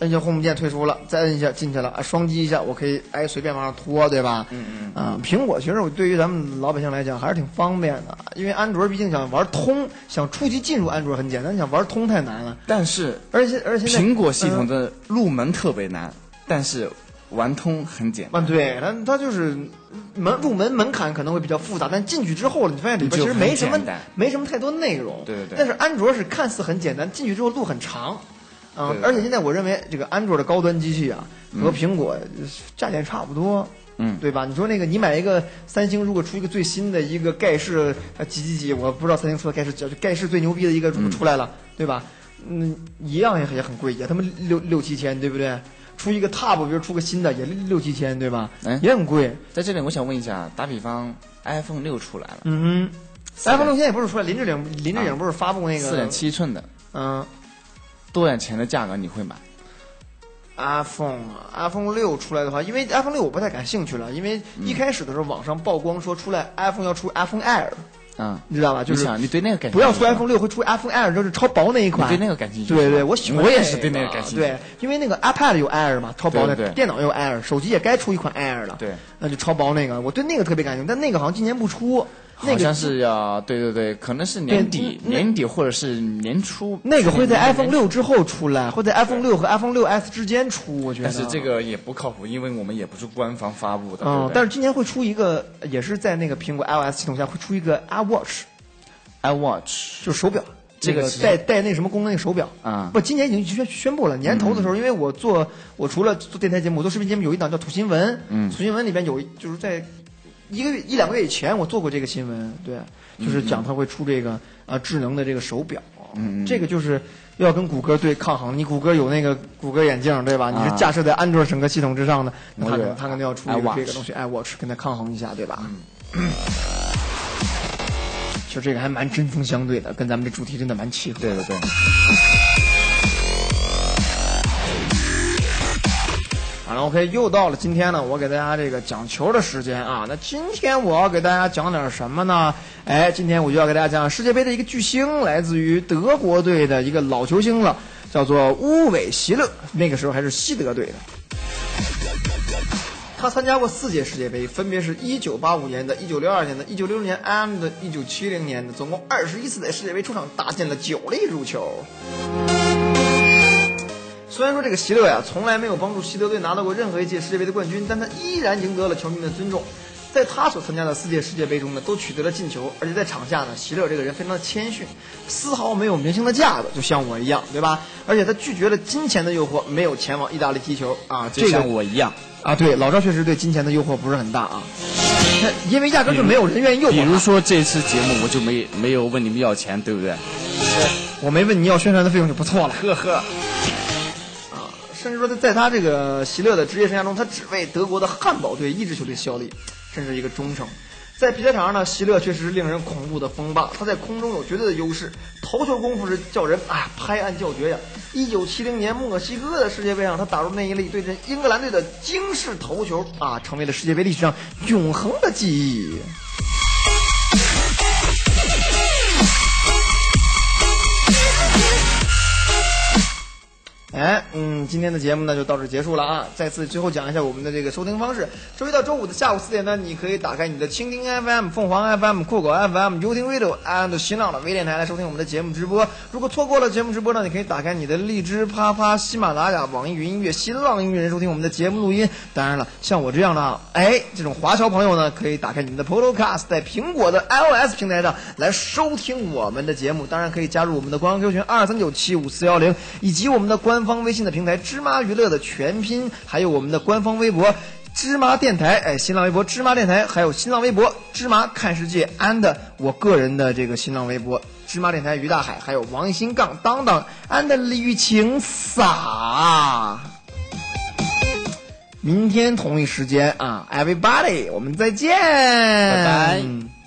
[SPEAKER 8] 摁一下 home 键退出了，再摁一下进去了，啊，双击一下，我可以哎随便往上拖，对吧？
[SPEAKER 9] 嗯
[SPEAKER 8] 啊，苹果其实我对于咱们老百姓来讲还是挺方便的，因为安卓毕竟想玩通，想初级进入安卓很简单，想玩通太难了。
[SPEAKER 9] 但是
[SPEAKER 8] 而且而且现在
[SPEAKER 9] 苹果系统
[SPEAKER 8] 嗯
[SPEAKER 9] 的入门特别难，但是玩通很简
[SPEAKER 8] 啊，
[SPEAKER 9] 单。
[SPEAKER 8] 对，它它就是门入门门槛可能会比较复杂，但进去之后，你发现里边
[SPEAKER 9] 就
[SPEAKER 8] 其实没什么
[SPEAKER 9] 很简单
[SPEAKER 8] 没什么太多内容。
[SPEAKER 9] 对对对
[SPEAKER 8] 但是安卓是看似很简单，进去之后路很长，嗯、
[SPEAKER 9] 对对对
[SPEAKER 8] 而且现在我认为这个安卓的高端机器啊，
[SPEAKER 9] 嗯
[SPEAKER 8] 和苹果呃价钱差不多。
[SPEAKER 9] 嗯
[SPEAKER 8] 对吧？你说那个，你买一个三星，如果出一个最新的一个盖世呃几几几，我不知道三星出的盖世几，就盖世最牛逼的一个如果出来了，对吧？嗯，一样也也很贵，也他妈六六七千，对不对？出一个 Top，比如出个新的也六六七千，对吧？
[SPEAKER 9] 哎
[SPEAKER 8] 也很贵。
[SPEAKER 9] 在这里，我想问一下，打比方，iPhone 六出来了，
[SPEAKER 8] 嗯
[SPEAKER 9] 四
[SPEAKER 8] 哼
[SPEAKER 9] 点
[SPEAKER 8] ，iPhone 六现在也不是出来，林志颖林志
[SPEAKER 9] 啊
[SPEAKER 8] 颖不是发布那个
[SPEAKER 9] 四点，七寸的，
[SPEAKER 8] 嗯
[SPEAKER 9] 多少钱的价格你会买？
[SPEAKER 8] ，iPhone iPhone 六出来的话，因为 iPhone 六我不太感兴趣了，因为
[SPEAKER 9] 嗯
[SPEAKER 8] 一开始的时候网上曝光说出来 iPhone 要出 iPhone Air，
[SPEAKER 9] 啊，
[SPEAKER 8] 你知道吧？就是
[SPEAKER 9] 你想，你对那个感
[SPEAKER 8] 不要
[SPEAKER 9] 兴
[SPEAKER 8] 出
[SPEAKER 9] 趣吗
[SPEAKER 8] iPhone 六，会出 iPhone Air，就是超薄那一款。
[SPEAKER 9] 你对那个感兴趣
[SPEAKER 8] 对对，我喜欢。
[SPEAKER 9] 我也是对那个感兴趣
[SPEAKER 8] 对，因为那个 iPad 有 Air 嘛，超薄的。
[SPEAKER 9] 对对
[SPEAKER 8] 电脑也有 Air，手机也该出一款 Air 了。
[SPEAKER 9] 对，
[SPEAKER 8] 那就超薄那个，我对那个特别感兴趣，但那个好像今年不出。那
[SPEAKER 9] 好
[SPEAKER 8] 个
[SPEAKER 9] 像是要对对对，可能是年
[SPEAKER 8] 对
[SPEAKER 9] 底、
[SPEAKER 8] 那
[SPEAKER 9] 年底或者是年初。
[SPEAKER 8] 那个会在
[SPEAKER 9] 去年
[SPEAKER 8] iPhone 六之后出来，会在 iPhone 六和 iPhone 六 S 之间出，我觉得。
[SPEAKER 9] 但是这个也不靠谱，因为我们也不是官方发布的。
[SPEAKER 8] 嗯，但
[SPEAKER 9] 是
[SPEAKER 8] 是今年会出一个，也是在那个苹果 iOS 系统下会出一个 iWatch，
[SPEAKER 9] iWatch
[SPEAKER 8] 就是手表，
[SPEAKER 9] 这个
[SPEAKER 8] 那
[SPEAKER 9] 其实
[SPEAKER 8] 带带那什么功能那个手表
[SPEAKER 9] 啊嗯
[SPEAKER 8] 不，今年已经宣宣布了。年头的时候，因为我做我除了做电台节目，我做视频节目有一档叫《土新闻》，
[SPEAKER 9] 嗯
[SPEAKER 8] 土新闻里边有一就是在一个月一两个月以前我做过这个新闻，对，就是讲它会出这个呃智能的这个手表，
[SPEAKER 9] 嗯嗯
[SPEAKER 8] 这个就是要跟谷歌对抗衡。你谷歌有那个谷歌眼镜对吧？你
[SPEAKER 9] 啊
[SPEAKER 8] 是架设在安卓整个系统之上的，那它
[SPEAKER 9] 我哎
[SPEAKER 8] 可
[SPEAKER 9] 有
[SPEAKER 8] 能它可能要出一个
[SPEAKER 9] iWatch
[SPEAKER 8] 这个东西 iWatch 跟它抗衡一下，对吧？
[SPEAKER 9] 嗯
[SPEAKER 8] 其实这个还蛮针锋相对的，跟咱们这主题真的蛮契合的。
[SPEAKER 9] 对对对，
[SPEAKER 8] 好了，OK，又到了今天呢，我给大家这个讲球的时间啊。那今天我要给大家讲点什么呢？哎，今天我就要给大家讲世界杯的一个巨星，来自于德国队的一个老球星了，叫做乌韦席勒，那个时候还是西德队的。他参加过四届世界杯，分别是一九八五年的、一九六二年的、一九六零年 and 一九七零年的，总共二十一次在世界杯出场，打进了九粒入球。虽然说这个席勒呀、从来没有帮助西德队拿到过任何一届世界杯的冠军，但他依然赢得了球迷的尊重。在他所参加的四届世界杯中呢，都取得了进球，而且在场下呢，席勒这个人非常的谦逊，丝毫没有明星的架子，就像我一样，对吧？而且他拒绝了金钱的诱惑，没有前往意大利踢球啊。这
[SPEAKER 9] 就
[SPEAKER 8] 个
[SPEAKER 9] 像我一样，
[SPEAKER 8] 啊，对，老赵确实对金钱的诱惑不是很大啊，那因为压根儿就没有人愿意诱惑他。
[SPEAKER 9] 比如说这次节目我就没没有问你们要钱，对不对？
[SPEAKER 8] 我没问你要宣传的费用就不错了。啊
[SPEAKER 9] 呵呵，
[SPEAKER 8] 甚至说他在他这个席勒的职业生涯中，他只为德国的汉堡队一支球队效力，甚至一个忠诚。在皮球场上呢，席勒确实是令人恐怖的风暴，他在空中有绝对的优势，头球功夫是叫人啊拍案叫绝呀。一九七零年墨西哥的世界杯上，他打入那一粒对阵英格兰队的惊世头球啊，成为了世界杯历史上永恒的记忆。哎，嗯，今天的节目呢就到这结束了啊！再次最后讲一下我们的这个收听方式：周一到周五的下午四点呢，你可以打开你的蜻蜓 FM、凤凰 FM、酷狗 FM、优听 Radio and 新浪的微电台来收听我们的节目直播。如果错过了节目直播呢，你可以打开你的荔枝、啪啪、喜马拉雅、网易云音乐、新浪音乐人收听我们的节目录音。当然了，像我这样的啊，哎，这种华侨朋友呢，可以打开你们的 Podcast，在苹果的 iOS 平台上来收听我们的节目。当然可以加入我们的官方 Q 群二三九七五四幺零，以及我们的官方微信的平台芝麻娱乐的全拼，还有我们的官方微博。芝麻电台，哎，新浪微博芝麻电台，还有新浪微博芝麻看世界，and 我个人的这个新浪微博芝麻电台于大海，还有王新杠当当，and 李晴洒。明天同一时间啊，everybody，我们再见，
[SPEAKER 12] 拜拜。